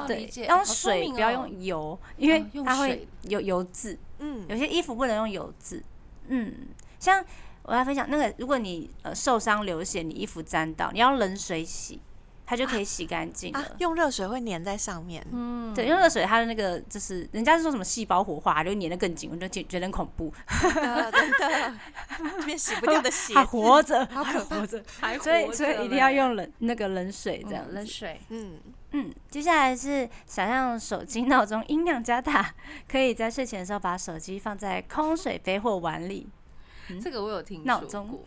[SPEAKER 2] 理
[SPEAKER 5] 对，
[SPEAKER 2] 解
[SPEAKER 5] 要
[SPEAKER 2] 好
[SPEAKER 5] 用
[SPEAKER 2] 聪
[SPEAKER 5] 水，
[SPEAKER 2] 明
[SPEAKER 5] 不要
[SPEAKER 2] 哦
[SPEAKER 5] 用油，因为
[SPEAKER 2] 哦用
[SPEAKER 5] 它会
[SPEAKER 2] 水
[SPEAKER 5] 有油渍。
[SPEAKER 3] 嗯
[SPEAKER 5] 有些衣服不能用油渍。嗯，像我来分享那个，如果你呃受伤流血，你衣服沾到，你要冷水洗，它就可以洗干净了。
[SPEAKER 3] 啊，用热水会粘在上面，
[SPEAKER 2] 嗯，
[SPEAKER 5] 对，用热水，它的那个就是人家是说什么细胞活化，就粘得更紧，我就觉觉得很恐怖。
[SPEAKER 3] 真的真 的，这边洗不掉的血
[SPEAKER 5] 还，活着，
[SPEAKER 3] 好可怕
[SPEAKER 5] 活 着，
[SPEAKER 2] 还
[SPEAKER 5] 所以
[SPEAKER 2] 活
[SPEAKER 5] 所
[SPEAKER 2] 着
[SPEAKER 5] 以一定要
[SPEAKER 2] 嘞
[SPEAKER 5] 用冷那个冷水这样
[SPEAKER 2] 嗯
[SPEAKER 5] 子
[SPEAKER 2] 冷。水。
[SPEAKER 3] 嗯，
[SPEAKER 5] 嗯，接下来是想让手机闹钟音量加大，可以在睡前的时候把手机放在空水杯或碗里。
[SPEAKER 2] 这个我有听
[SPEAKER 5] 闹
[SPEAKER 2] 说
[SPEAKER 5] 钟
[SPEAKER 2] 过，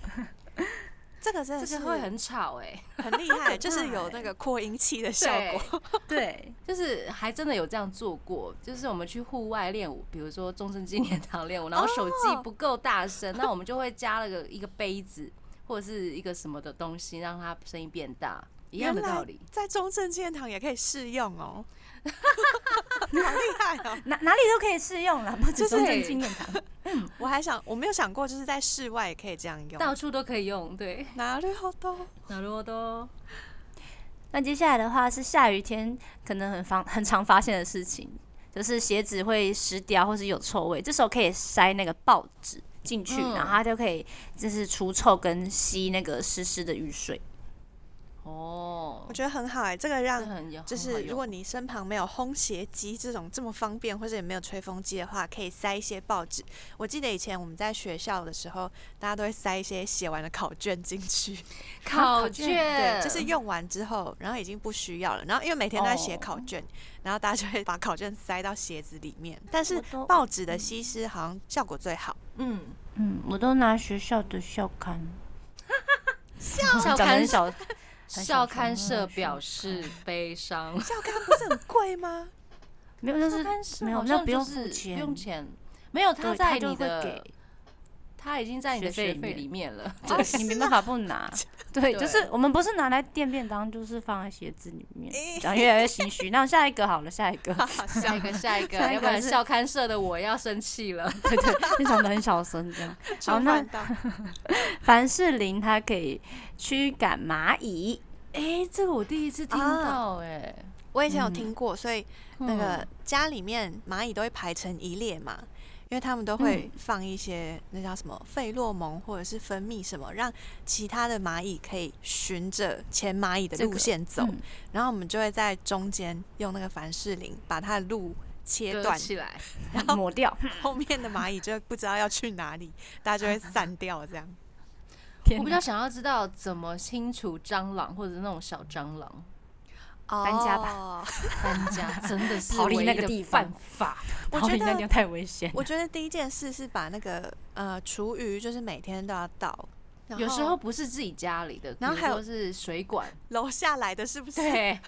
[SPEAKER 3] 这个真的
[SPEAKER 2] 这
[SPEAKER 3] 是
[SPEAKER 2] 个会很吵哎。
[SPEAKER 3] 很厉害，就是有那个扩音器的效
[SPEAKER 2] 对
[SPEAKER 3] 果，
[SPEAKER 5] 对，
[SPEAKER 2] 就是还真的有这样做过，就是我们去户外练舞，比如说终身纪念
[SPEAKER 5] 哦
[SPEAKER 2] 堂练舞，然后手机不够大声，那我们就会加了个一个杯子或者是一个什么的东西，让它声音变大，一样的
[SPEAKER 3] 原来
[SPEAKER 2] 道理。
[SPEAKER 3] 在中正纪念堂也可以试 用哦，好厉害哦！
[SPEAKER 5] 哪哪里都可以适用啦，不止
[SPEAKER 2] 就是
[SPEAKER 5] 中正纪念堂。
[SPEAKER 3] 我还想，我没有想过，就是在室外也可以这样用。
[SPEAKER 2] 到处都可以用， 对，
[SPEAKER 3] 哪里好多？
[SPEAKER 2] 哪罗都
[SPEAKER 5] 那接下来的话是下雨天可能很发很常发现的事情，就是鞋子会湿掉或是有臭味，这时候可以塞那个报纸进去，
[SPEAKER 2] 嗯
[SPEAKER 5] 然后它就可以就是除臭跟吸那个湿湿的雨水。
[SPEAKER 2] 哦
[SPEAKER 3] 我，觉得很好哎、这个
[SPEAKER 2] 这
[SPEAKER 3] 让
[SPEAKER 2] 很有，
[SPEAKER 3] 就是如果你身旁没有烘鞋机这种这么方便，或者也没有吹风机的话，可以塞一些报纸。我记得以前我们在学校的时候，大家都会塞一些写完的考卷进 去，
[SPEAKER 2] 考
[SPEAKER 5] 考卷
[SPEAKER 2] 卷
[SPEAKER 3] 对，就是用完之后，然后已经不需要了。然后因为每天都在写
[SPEAKER 2] 哦
[SPEAKER 3] 考卷，然后大家就会把考卷塞到鞋子里 面。但是
[SPEAKER 5] 我都
[SPEAKER 3] 报纸的吸湿好像效果最 好。
[SPEAKER 2] 嗯，
[SPEAKER 5] 嗯，我都拿学校的校刊，
[SPEAKER 2] 校
[SPEAKER 5] 讲得
[SPEAKER 2] 刊
[SPEAKER 5] 很小，很
[SPEAKER 2] 校
[SPEAKER 5] 小
[SPEAKER 2] 刊
[SPEAKER 5] 众
[SPEAKER 2] 社
[SPEAKER 5] 啊
[SPEAKER 2] 表示悲 伤，
[SPEAKER 3] 校刊不是很贵吗？
[SPEAKER 5] 没有，就
[SPEAKER 2] 校
[SPEAKER 5] 是
[SPEAKER 2] 刊社
[SPEAKER 5] 没有，
[SPEAKER 2] 好
[SPEAKER 5] 那
[SPEAKER 2] 像
[SPEAKER 5] 不
[SPEAKER 2] 就
[SPEAKER 5] 用付
[SPEAKER 2] 是
[SPEAKER 5] 钱，
[SPEAKER 2] 不用钱，没有，
[SPEAKER 5] 对，
[SPEAKER 2] 它在
[SPEAKER 5] 就
[SPEAKER 2] 你
[SPEAKER 5] 会
[SPEAKER 2] 的
[SPEAKER 5] 给。
[SPEAKER 2] 它已经在你的
[SPEAKER 5] 学费
[SPEAKER 2] 学
[SPEAKER 5] 里
[SPEAKER 2] 费
[SPEAKER 5] 面
[SPEAKER 2] 里面 了。
[SPEAKER 5] 对，你没办法不 拿。对，
[SPEAKER 2] 哦对
[SPEAKER 5] 就是我们不是拿来垫便当，就是放在鞋子里面，然后越来越心虚。那下一个好了，下一个，
[SPEAKER 3] 好
[SPEAKER 2] 下
[SPEAKER 3] 像
[SPEAKER 2] 一个，下一个，
[SPEAKER 5] 下一个
[SPEAKER 2] 要不然
[SPEAKER 5] 是
[SPEAKER 2] 校刊社的我要生气 了。
[SPEAKER 5] 对对，就讲的很小声 这样。好，
[SPEAKER 3] 触
[SPEAKER 5] 那
[SPEAKER 3] 犯到
[SPEAKER 5] 凡士林它可以驱赶蚂 蚁，
[SPEAKER 2] 哎、这个我第一次听到、哎、
[SPEAKER 3] 我以前有听过，所以那个
[SPEAKER 2] 嗯
[SPEAKER 3] 家里面蚂蚁都会排成一列嘛，因为他们都会放一些那叫什么费洛蒙或者是分泌什么，让其他的蚂蚁可以循着前蚂蚁的
[SPEAKER 5] 这个
[SPEAKER 3] 路线走，
[SPEAKER 5] 嗯
[SPEAKER 3] 然后我们就会在中间用那个凡士林把它的路切
[SPEAKER 2] 割
[SPEAKER 3] 断，
[SPEAKER 2] 起来，
[SPEAKER 5] 抹 掉。
[SPEAKER 3] 后面的蚂蚁就不知道要去哪里，大家就会散掉这样。
[SPEAKER 5] 天
[SPEAKER 2] 我
[SPEAKER 5] 哪
[SPEAKER 2] 比较想要知道怎么清除蟑螂或者那种小蟑螂。
[SPEAKER 5] 搬家吧
[SPEAKER 3] 吧。
[SPEAKER 2] 搬家 真的 是
[SPEAKER 5] 逃离
[SPEAKER 2] 唯
[SPEAKER 5] 那
[SPEAKER 2] 一
[SPEAKER 5] 个
[SPEAKER 2] 的
[SPEAKER 5] 地方
[SPEAKER 2] 办法。
[SPEAKER 3] 我
[SPEAKER 5] 逃
[SPEAKER 3] 觉
[SPEAKER 5] 离那
[SPEAKER 3] 得
[SPEAKER 5] 地方太危险了。
[SPEAKER 3] 我觉得第一件事是把那个呃厨余，就是每天都要倒。然
[SPEAKER 2] 有时候
[SPEAKER 3] 后
[SPEAKER 2] 不是自己家里的，
[SPEAKER 3] 然后
[SPEAKER 2] 比如
[SPEAKER 3] 还
[SPEAKER 2] 说
[SPEAKER 3] 有
[SPEAKER 2] 是水管，
[SPEAKER 3] 楼下来的是不是？
[SPEAKER 2] 对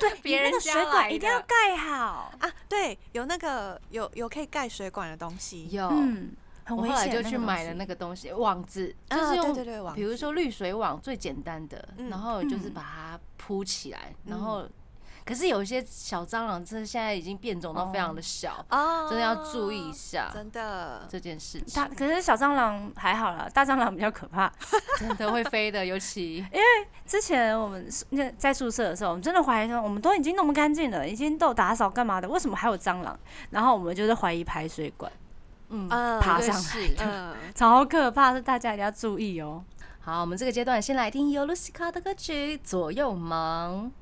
[SPEAKER 2] 对，别人
[SPEAKER 5] 你那个
[SPEAKER 2] 家
[SPEAKER 5] 水
[SPEAKER 2] 来
[SPEAKER 5] 管一定要
[SPEAKER 2] 的
[SPEAKER 5] 盖好，
[SPEAKER 3] 啊，对，有那个有有可以盖水管的东西。
[SPEAKER 2] 有。
[SPEAKER 5] 嗯，很
[SPEAKER 2] 我
[SPEAKER 5] 危
[SPEAKER 2] 后来
[SPEAKER 5] 险。
[SPEAKER 2] 就去买了那个
[SPEAKER 5] 个
[SPEAKER 2] 东西，网子，就
[SPEAKER 3] 啊
[SPEAKER 2] 是
[SPEAKER 3] 对
[SPEAKER 2] 用，
[SPEAKER 3] 对对网
[SPEAKER 2] 比如
[SPEAKER 3] 子
[SPEAKER 2] 说滤水网最简单的，
[SPEAKER 3] 嗯
[SPEAKER 2] 然后就是
[SPEAKER 5] 嗯
[SPEAKER 2] 把它铺起来，然
[SPEAKER 3] 嗯
[SPEAKER 2] 后可是有一些小蟑螂，真的现在已经变种到非常的小，
[SPEAKER 3] 哦
[SPEAKER 2] 真的要注意一下
[SPEAKER 3] 真 的。
[SPEAKER 2] 这件事
[SPEAKER 5] 东西。
[SPEAKER 2] 情
[SPEAKER 5] 它，可是小蟑螂还好啦，大蟑螂比较可怕。
[SPEAKER 2] 真的会飞的，尤 其
[SPEAKER 5] 之前我们宿那在宿舍的时候，我们真的怀疑说，我们都已经弄不干净了，已经都有打扫干嘛的，为什么还有蟑螂？然后我们就是怀疑排水管，
[SPEAKER 2] 嗯，
[SPEAKER 3] 嗯
[SPEAKER 5] 爬
[SPEAKER 2] 对
[SPEAKER 5] 上
[SPEAKER 2] 是
[SPEAKER 3] 嗯，
[SPEAKER 5] 超可怕，是大家一定要注意哦。
[SPEAKER 2] 好，我们这个阶段先来听尤露西卡的歌曲《左右忙》。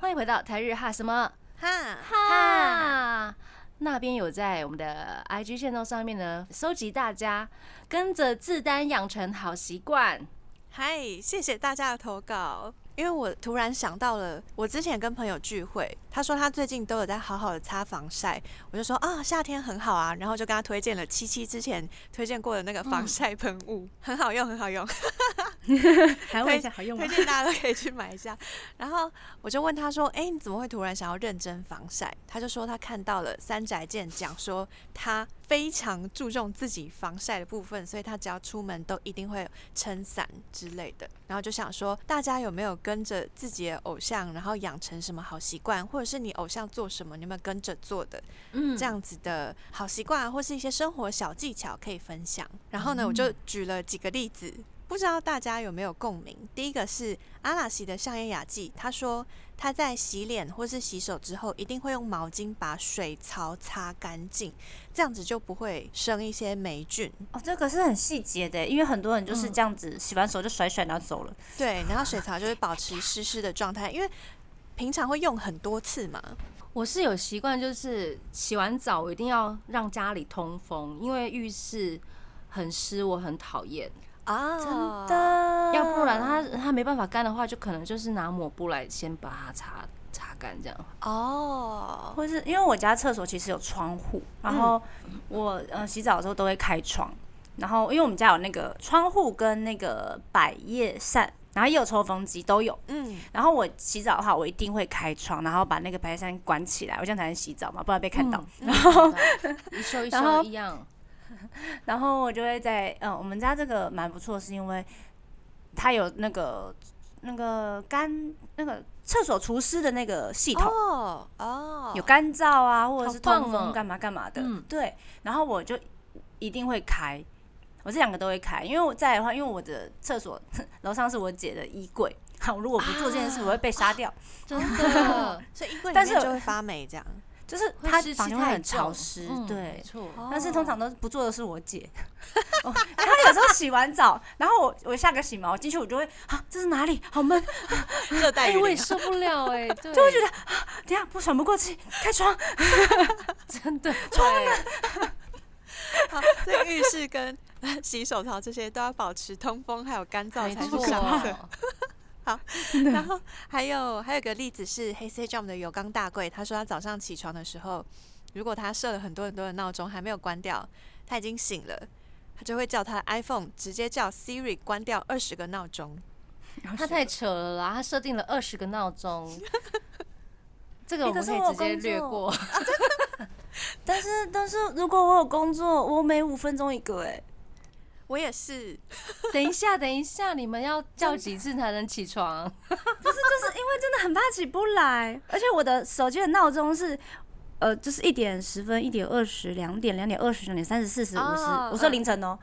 [SPEAKER 2] 欢迎回到台日哈什么
[SPEAKER 3] 哈，
[SPEAKER 2] 哈？啊那边有在我们的 IG 线动上面呢，收集大家跟着自丹养成好习惯。
[SPEAKER 3] 嗨，谢谢大家的投稿。因为我突然想到了，我之前跟朋友聚会，他说他最近都有在好好的擦防晒，我就说啊，夏天很好啊，然后就跟他推荐了七七之前推荐过的那个
[SPEAKER 5] 嗯
[SPEAKER 3] 防晒喷 雾，很好用，很好用，
[SPEAKER 5] 还问一下好用吗
[SPEAKER 3] 推？荐大家都可以去买一下。然后我就问他说，哎、你怎么会突然想要认真防晒？他就说他看到了三宅健讲说他非常注重自己防晒的部分，所以他只要出门都一定会撑伞之类的。然后就想说，大家有没有跟着自己的偶像，然后养成什么好习惯，或者是你偶像做什么，你有没有跟着做的？
[SPEAKER 2] 嗯
[SPEAKER 3] 这样子的好习惯啊，或是一些生活小技巧可以分享。然后呢，我就举了几个例子，不知道大家有没有共鸣。第一个是阿拉西的上野雅纪，她说她在洗脸或是洗手之后，一定会用毛巾把水槽擦干净，这样子就不会生一些霉菌。
[SPEAKER 5] 哦，这个是很细节的，因为很多人就是这样子，洗完手就甩甩然后走了。
[SPEAKER 3] 对，然后水槽就会保持湿湿的状态，因为平常会用很多次嘛。
[SPEAKER 2] 我是有习惯，就是洗完澡我一定要让家里通风，因为浴室很湿，我很讨厌。
[SPEAKER 3] 啊，真
[SPEAKER 5] 嗯的
[SPEAKER 2] 要不然它它没办法干的话，就可能就是拿抹布来先把它擦擦干这样。
[SPEAKER 3] 哦，
[SPEAKER 5] 或是因为我家厕所其实有窗户，然后我呃洗澡的时候都会开窗，然后因为我们家有那个窗户跟那个百叶扇，然后也有抽风机都有。
[SPEAKER 3] 嗯，
[SPEAKER 5] 然后我洗澡的话，我一定会开窗，然后把那个百叶扇关起来，我这样才能洗澡嘛，不然被看到。
[SPEAKER 2] 然后一修一
[SPEAKER 5] 然后
[SPEAKER 2] 修一样，嗯
[SPEAKER 5] 然后我就会在嗯，我们家这个蛮不错，是因为它有那个那个干那个厕所除湿的那个系统。
[SPEAKER 3] 哦哦，
[SPEAKER 5] 有干燥啊，或者是
[SPEAKER 2] 棒
[SPEAKER 5] 通
[SPEAKER 2] 哦
[SPEAKER 5] 风干嘛干嘛的，
[SPEAKER 2] 嗯
[SPEAKER 5] 对。然后我就一定会开，我这两个都会开，因为我在的话，因为我的厕所 楼上是我姐的衣柜，好，如果不做这件事，我会被杀掉。
[SPEAKER 2] 真 的
[SPEAKER 3] 所以衣柜里
[SPEAKER 5] 但是
[SPEAKER 3] 面就会发霉这样。
[SPEAKER 5] 就是
[SPEAKER 2] 会
[SPEAKER 5] 她
[SPEAKER 2] 湿气
[SPEAKER 5] 房间会
[SPEAKER 2] 太
[SPEAKER 5] 很潮
[SPEAKER 2] 重
[SPEAKER 5] 湿，
[SPEAKER 2] 嗯没
[SPEAKER 5] 对。
[SPEAKER 2] 错。
[SPEAKER 5] 哦但是通常都不做的是我姐， 哦因为她有时候洗完澡，然后我我下个洗毛我进去，我就会啊，这是哪里？好闷，
[SPEAKER 3] 热带
[SPEAKER 2] 哎，
[SPEAKER 3] 雨
[SPEAKER 2] 我也
[SPEAKER 3] 林啊，
[SPEAKER 2] 受不了哎，对， 就会觉得
[SPEAKER 5] 等一下不喘不过气，开窗。
[SPEAKER 2] 真 的对，
[SPEAKER 3] 好啊所以浴室跟 洗手槽这些都要保持通风，还有干燥
[SPEAKER 2] 没
[SPEAKER 3] 才
[SPEAKER 2] 错
[SPEAKER 3] 是上色。 然后还有还有个例子是黑 C Jump 的有缸大贵，他说他早上起床的时候，如果他设了很多很多的闹钟还没有关掉，他已经醒了，他就会叫他的 iPhone 直接叫 Siri 关掉二十个闹钟。
[SPEAKER 2] 他太扯了啦，他设定了二十个闹钟， 这个
[SPEAKER 5] 哎
[SPEAKER 2] 我
[SPEAKER 5] 可
[SPEAKER 2] 们
[SPEAKER 5] 是
[SPEAKER 2] 可以直
[SPEAKER 5] 我
[SPEAKER 2] 接
[SPEAKER 5] 工
[SPEAKER 2] 略
[SPEAKER 5] 作
[SPEAKER 2] 过。
[SPEAKER 5] 但是但是如果我有工作，我每五分钟一个、欸，哎，
[SPEAKER 3] 我也是，
[SPEAKER 2] 等一下，等一下，你们要叫几次才能起床？
[SPEAKER 5] 就是因为真的很怕起不来，而且我的手机的闹钟是。呃，就是一点十分、一点二十、两点、两点二十、两点三十、四十、五十，
[SPEAKER 3] 哦
[SPEAKER 5] 我说凌晨哦，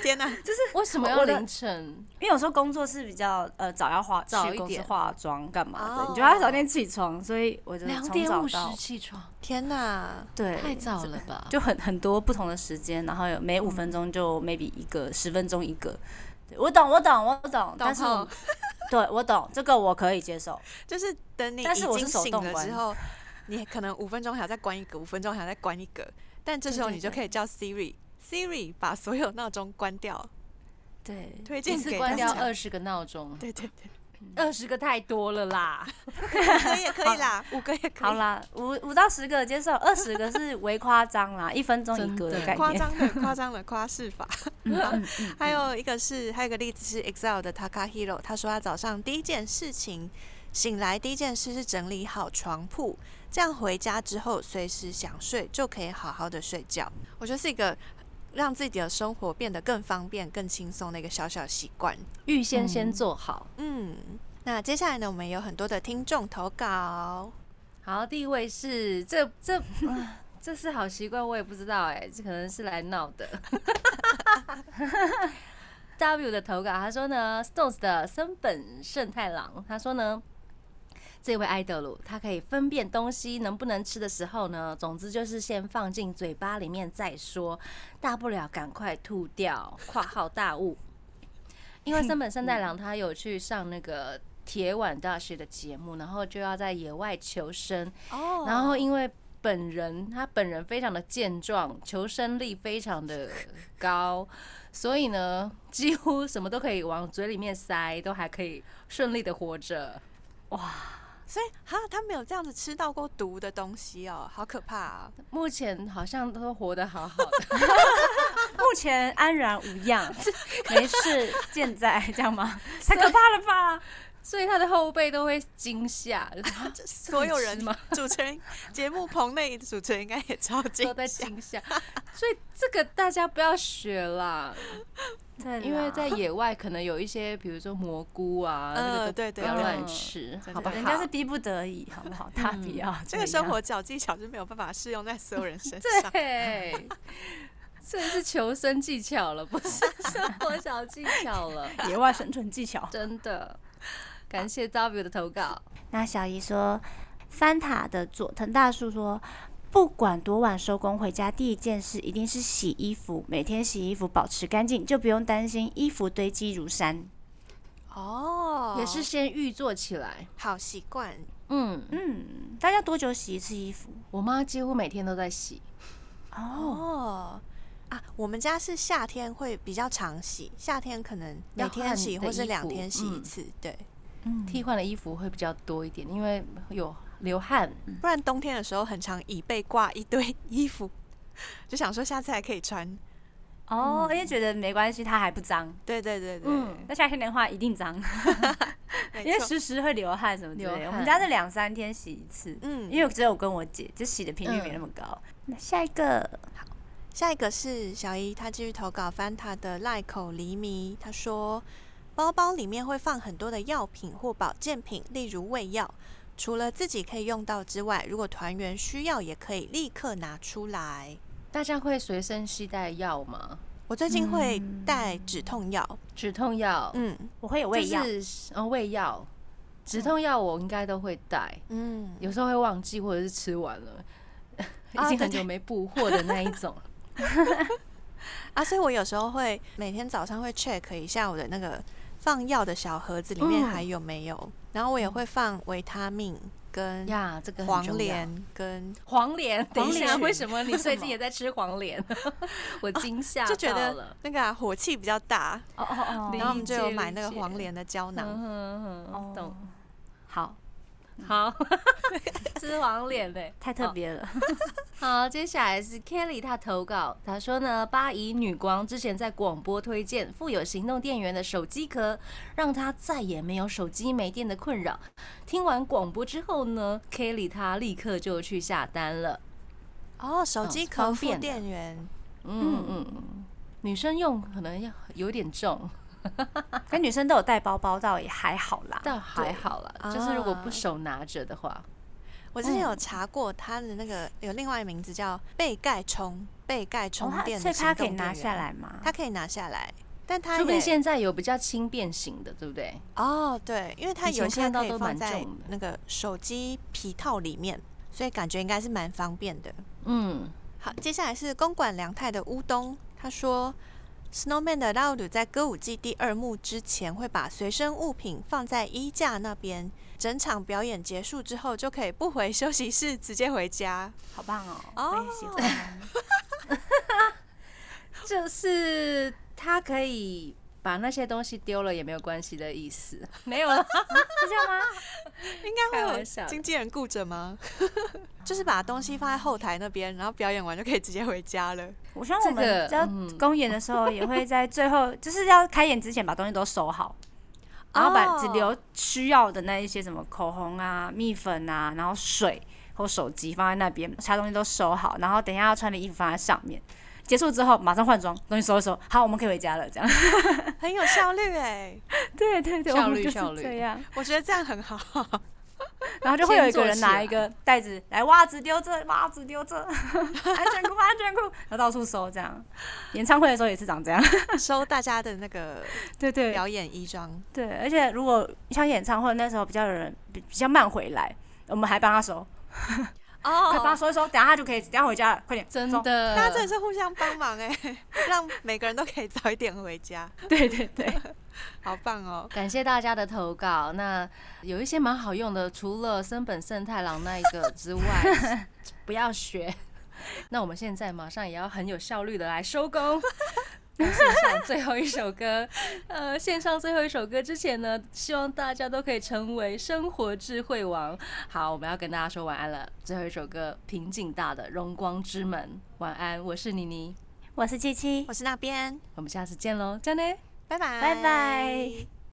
[SPEAKER 3] 天哪、
[SPEAKER 2] 为什么要
[SPEAKER 5] 我的
[SPEAKER 2] 凌 晨？
[SPEAKER 5] 因为有时候工作是比较呃早要化
[SPEAKER 2] 早一
[SPEAKER 5] 去公司
[SPEAKER 2] 点
[SPEAKER 5] 化妆干嘛的，
[SPEAKER 3] 哦
[SPEAKER 5] 你就要早点起床，所以我就
[SPEAKER 2] 两
[SPEAKER 5] 从
[SPEAKER 2] 点
[SPEAKER 5] 早
[SPEAKER 2] 五十
[SPEAKER 5] 到
[SPEAKER 2] 起床，
[SPEAKER 3] 天哪！
[SPEAKER 5] 对
[SPEAKER 2] 太早了 吧？
[SPEAKER 5] 就很很多不同的时间，然后有每五分钟就 maybe 一个，十分钟一个。对我懂，我懂，我懂，但是
[SPEAKER 3] 后
[SPEAKER 5] 我 对我懂这个我可以接受，
[SPEAKER 3] 就是等你已
[SPEAKER 5] 但是我
[SPEAKER 3] 经
[SPEAKER 5] 是手
[SPEAKER 3] 醒
[SPEAKER 5] 动
[SPEAKER 3] 了
[SPEAKER 5] 关
[SPEAKER 3] 之后，你可能五分钟还要再关一个，五分钟还要再关一个，但这时候
[SPEAKER 5] 对
[SPEAKER 3] 你就可以叫 Siri，Siri 把所有闹钟关掉。
[SPEAKER 5] 对，
[SPEAKER 3] 推
[SPEAKER 2] 一
[SPEAKER 3] 荐
[SPEAKER 2] 次
[SPEAKER 3] 给
[SPEAKER 2] 关
[SPEAKER 3] 大
[SPEAKER 2] 掉
[SPEAKER 3] 家。
[SPEAKER 2] 二十个闹钟，
[SPEAKER 3] 对对 对，
[SPEAKER 2] 二十个太多了啦。
[SPEAKER 3] 五个也可以啦，五个也可以。
[SPEAKER 5] 好，啦，五五到十个接受，二十个是微夸张 啦，一分钟一个
[SPEAKER 2] 真的
[SPEAKER 5] 概
[SPEAKER 3] 夸
[SPEAKER 5] 念。嗯
[SPEAKER 3] 张的 夸张的夸饰法。还有一个是，还有一个例子是 Excel 的 Takahiro，他说他早上第一件事情醒来第一件事是整理好床铺，这样回家之后随时想睡就可以好好的睡觉。我觉得是一个让自己的生活变得更方便、更轻松的一个小小习惯。
[SPEAKER 2] 预先先做好。
[SPEAKER 3] 嗯，那接下来呢，我们也有很多的听众投稿。
[SPEAKER 2] 好，第一位是这这、啊这是好习惯，我也不知道哎、这可能是来闹的。W 的投稿，他说呢，Stones 的森本胜太郎，他说呢，这位爱德鲁，他可以分辨东西能不能吃的时候呢，总之就是先放进嘴巴里面再说，大不了赶快吐掉。（括号大悟）因为森本圣太郎他有去上那个铁腕大师的节目，然后就要在野外求生，
[SPEAKER 3] 哦
[SPEAKER 2] 然后因为本人他本人非常的健壮，求生力非常的高，所以呢，几乎什么都可以往嘴里面塞，都还可以顺利的活着。
[SPEAKER 3] 所以哈，他没有这样子吃到过毒的东西哦，好可怕啊、
[SPEAKER 2] 目前好像都活得好好 的，
[SPEAKER 5] 目前安然无 恙，没事，健在，这样吗？太可怕了吧！
[SPEAKER 2] 所以他的后辈都会 惊吓，就是啊
[SPEAKER 3] 这 所有人
[SPEAKER 2] 吃吗
[SPEAKER 3] 主持人节目棚内主持人应该也超惊
[SPEAKER 2] 都在
[SPEAKER 3] 吓
[SPEAKER 2] 惊吓。所以这个大家不要学啦，
[SPEAKER 3] 啊
[SPEAKER 5] 对啦，
[SPEAKER 2] 因为在野外可能有一些，比如说蘑菇啊，
[SPEAKER 3] 嗯
[SPEAKER 2] 那个
[SPEAKER 3] 对
[SPEAKER 2] 都
[SPEAKER 3] 对
[SPEAKER 2] 不要
[SPEAKER 5] 对
[SPEAKER 2] 乱吃，
[SPEAKER 3] 真
[SPEAKER 2] 好不
[SPEAKER 3] 的
[SPEAKER 2] 好？
[SPEAKER 5] 人家是逼不得已，好不好？大家不要
[SPEAKER 3] 这个
[SPEAKER 5] 样
[SPEAKER 3] 生 活小技巧是没有办法适用在所有人身 上。
[SPEAKER 2] 对，这是求生技巧了，不 是生活小技巧了，
[SPEAKER 5] 野外生存技巧。
[SPEAKER 2] 真的。感谢 W 的投稿，
[SPEAKER 5] 那小姨说，翻塔的佐藤大树说，不管多晚收工回家，第一件事一定是洗衣服，每天洗衣服保持干净，就不用担心衣服堆积如山。
[SPEAKER 3] 哦
[SPEAKER 2] 也是先预做起来。
[SPEAKER 3] 好习惯。
[SPEAKER 2] 嗯，
[SPEAKER 5] 嗯，大家多久洗一次衣服？
[SPEAKER 2] 我妈几乎每天都在洗，
[SPEAKER 5] 哦，
[SPEAKER 3] 哦啊，我们家是夏天会比较常洗，夏天可能每
[SPEAKER 2] 要
[SPEAKER 3] 天
[SPEAKER 2] 换
[SPEAKER 3] 洗
[SPEAKER 2] 你的
[SPEAKER 3] 或是
[SPEAKER 2] 衣
[SPEAKER 3] 两
[SPEAKER 2] 服
[SPEAKER 3] 天洗一
[SPEAKER 2] 嗯
[SPEAKER 3] 次，对。
[SPEAKER 2] 替换的衣服会比较多一点，因为有流汗。
[SPEAKER 3] 不然冬天的时候很常椅背挂一堆衣服，就想说下次还可以穿。
[SPEAKER 5] 哦，而且觉得没关系，它还不脏。
[SPEAKER 3] 对对对对，
[SPEAKER 2] 嗯
[SPEAKER 5] 那夏天的话一定脏，因
[SPEAKER 3] 没
[SPEAKER 5] 为
[SPEAKER 3] 错。
[SPEAKER 5] 时时会流汗什么之类
[SPEAKER 2] 流
[SPEAKER 5] 的。
[SPEAKER 2] 汗
[SPEAKER 5] 我们家是两三天洗一次，
[SPEAKER 3] 嗯
[SPEAKER 5] 因为只有我跟我姐，就洗的频率没那么高。那下一个
[SPEAKER 3] 下一个是小姨，她继续投稿翻她的赖口黎迷，她说包包里面会放很多的药品或保健品，例如胃药，除了自己可以用到之外，如果团员需要也可以立刻拿出来。
[SPEAKER 2] 大家会随身携带药吗？
[SPEAKER 3] 我最近会带止痛药，
[SPEAKER 2] 止痛药，
[SPEAKER 3] 嗯
[SPEAKER 5] 我会有胃药，
[SPEAKER 2] 就是呃胃药，止痛药我应该都会带，
[SPEAKER 3] 嗯，
[SPEAKER 2] 有时候会忘记或者是吃完了， 已
[SPEAKER 3] 啊
[SPEAKER 2] 经
[SPEAKER 3] 对
[SPEAKER 2] 很久没补货的那一种。
[SPEAKER 3] 啊，所以我有时候会嗯每天早上会 check 一下我的那个放药的小盒子里面
[SPEAKER 2] 嗯
[SPEAKER 3] 还有没有，然后我也会放维他命跟
[SPEAKER 2] 呀，这个很
[SPEAKER 3] 黄
[SPEAKER 2] 重要
[SPEAKER 3] 连跟
[SPEAKER 2] 黄连，等一下，
[SPEAKER 5] 连
[SPEAKER 2] 为什么你最近也在吃黄连？ 我惊吓
[SPEAKER 3] 就觉
[SPEAKER 2] 啊到
[SPEAKER 3] 得
[SPEAKER 2] 了。
[SPEAKER 3] 那个、啊、火气比较大，
[SPEAKER 5] 哦哦哦
[SPEAKER 2] 理
[SPEAKER 3] 然后我们就有
[SPEAKER 2] 解
[SPEAKER 3] 买
[SPEAKER 2] 理
[SPEAKER 3] 那个
[SPEAKER 2] 解
[SPEAKER 3] 黄连的胶囊。
[SPEAKER 2] 嗯哼哼，懂。
[SPEAKER 5] 好，
[SPEAKER 2] 好， 吃黄连嘞。
[SPEAKER 5] 太特别了。
[SPEAKER 2] 好，接下来是 Kelly，她投稿，她说呢，巴黎女光之前在广播推荐富有行动电源的手机壳，让她再也没有手机没电的困扰。听完广播之后呢，Kelly 她立刻就去下单了。
[SPEAKER 3] 哦，手机壳
[SPEAKER 2] 方
[SPEAKER 3] 附
[SPEAKER 2] 便的
[SPEAKER 3] 电源，
[SPEAKER 2] 嗯嗯啊嗯，女生用可能要有点重，
[SPEAKER 5] 跟女生都有带包包，倒也还好啦。哦
[SPEAKER 2] 倒还好啦，
[SPEAKER 3] 对
[SPEAKER 2] 就是如果
[SPEAKER 3] 啊
[SPEAKER 2] 不手拿着的话，
[SPEAKER 3] 我之前有查过它的那个有另外一个名字叫背盖充，背盖充
[SPEAKER 5] 哦，它
[SPEAKER 3] 电
[SPEAKER 5] 所
[SPEAKER 3] 的
[SPEAKER 5] 以
[SPEAKER 3] 行
[SPEAKER 5] 它可以
[SPEAKER 3] 动
[SPEAKER 5] 拿
[SPEAKER 3] 电
[SPEAKER 5] 下
[SPEAKER 3] 源，啊
[SPEAKER 5] 来吗？
[SPEAKER 3] 它可以拿下来，但它
[SPEAKER 2] 说不定
[SPEAKER 3] 也
[SPEAKER 2] 现在有比较轻便型的，对不对？
[SPEAKER 3] 哦对，因为它
[SPEAKER 2] 以
[SPEAKER 3] 有
[SPEAKER 2] 前
[SPEAKER 3] 些
[SPEAKER 2] 看到
[SPEAKER 3] 可以
[SPEAKER 2] 都
[SPEAKER 3] 放
[SPEAKER 2] 蛮
[SPEAKER 3] 在
[SPEAKER 2] 重的
[SPEAKER 3] 那个手机皮套里面，所以感觉应该是蛮方便的。
[SPEAKER 2] 嗯，
[SPEAKER 3] 好，接下来是公馆良太的乌冬，他说，Snowman 的 Loud 在歌舞伎第二幕之前会把随身物品放在衣架那边，整场表演结束之后就可以不回休息室，直接回家。
[SPEAKER 5] 好棒哦，
[SPEAKER 3] 哦
[SPEAKER 5] 我也喜欢。
[SPEAKER 2] 就是它可以把那些东西丢了也没有关系的意思，没有了。
[SPEAKER 5] 是这样吗？
[SPEAKER 3] 应该
[SPEAKER 2] 开
[SPEAKER 3] 会
[SPEAKER 2] 玩笑
[SPEAKER 3] 有
[SPEAKER 2] 的
[SPEAKER 3] 经纪人顾着吗？就是把东西放在后台那边，然后表演完就可以直接回家了。
[SPEAKER 5] 我希望我
[SPEAKER 2] 这个
[SPEAKER 5] 们要
[SPEAKER 2] 嗯
[SPEAKER 5] 公演的时候，也会在最后，就是要开演之前把东西都收好，然后把只留需要的那一些什么口红啊、蜜粉啊，然后水或手机放在那边，其他东西都收好，然后等一下要穿的衣服放在上面。结束之后马上换装，东西收一收，好，我们可以回家了。这样，
[SPEAKER 3] 很有效率哎、
[SPEAKER 5] 对对对，
[SPEAKER 2] 效
[SPEAKER 5] 我们
[SPEAKER 2] 率
[SPEAKER 5] 就是
[SPEAKER 2] 效率
[SPEAKER 5] 这样。
[SPEAKER 3] 我觉得这样很好。
[SPEAKER 5] 然后就会有一个人
[SPEAKER 2] 先做起
[SPEAKER 5] 拿
[SPEAKER 2] 来
[SPEAKER 5] 一个袋子来，袜子丢这，袜子丢这， 安全裤安全裤，然后到处收这样。演唱会的时候也是长这样，
[SPEAKER 3] 收大家的那个
[SPEAKER 5] 对对
[SPEAKER 3] 表演衣装，
[SPEAKER 5] 对，而且如果像演唱会那时候比较有人比比较慢回来，我们还帮他收，
[SPEAKER 3] 哦
[SPEAKER 5] 快帮他收一收，等下他就可以等下回家了，快点，
[SPEAKER 2] 真
[SPEAKER 5] 收。
[SPEAKER 2] 的，
[SPEAKER 3] 大家真的是互相帮忙哎、 让每个人都可以早一点回家，
[SPEAKER 5] 对对对，
[SPEAKER 3] 好棒哦！
[SPEAKER 2] 感谢大家的投稿。那有一些蛮好用的，除了森本慎太郎那一个之 外，不要学。那我们现在马上也要很有效率的来收工。那献上最后一首歌，呃，献上最后一首歌之前呢，希望大家都可以成为生活智慧王。好，我们要跟大家说晚安了。最后一首歌，平井大的《荣光之门》，晚安，我是妮妮，
[SPEAKER 5] 我是七七，
[SPEAKER 3] 我是那边，
[SPEAKER 2] 我们下次见喽，再见。
[SPEAKER 3] 拜拜，
[SPEAKER 5] 拜拜。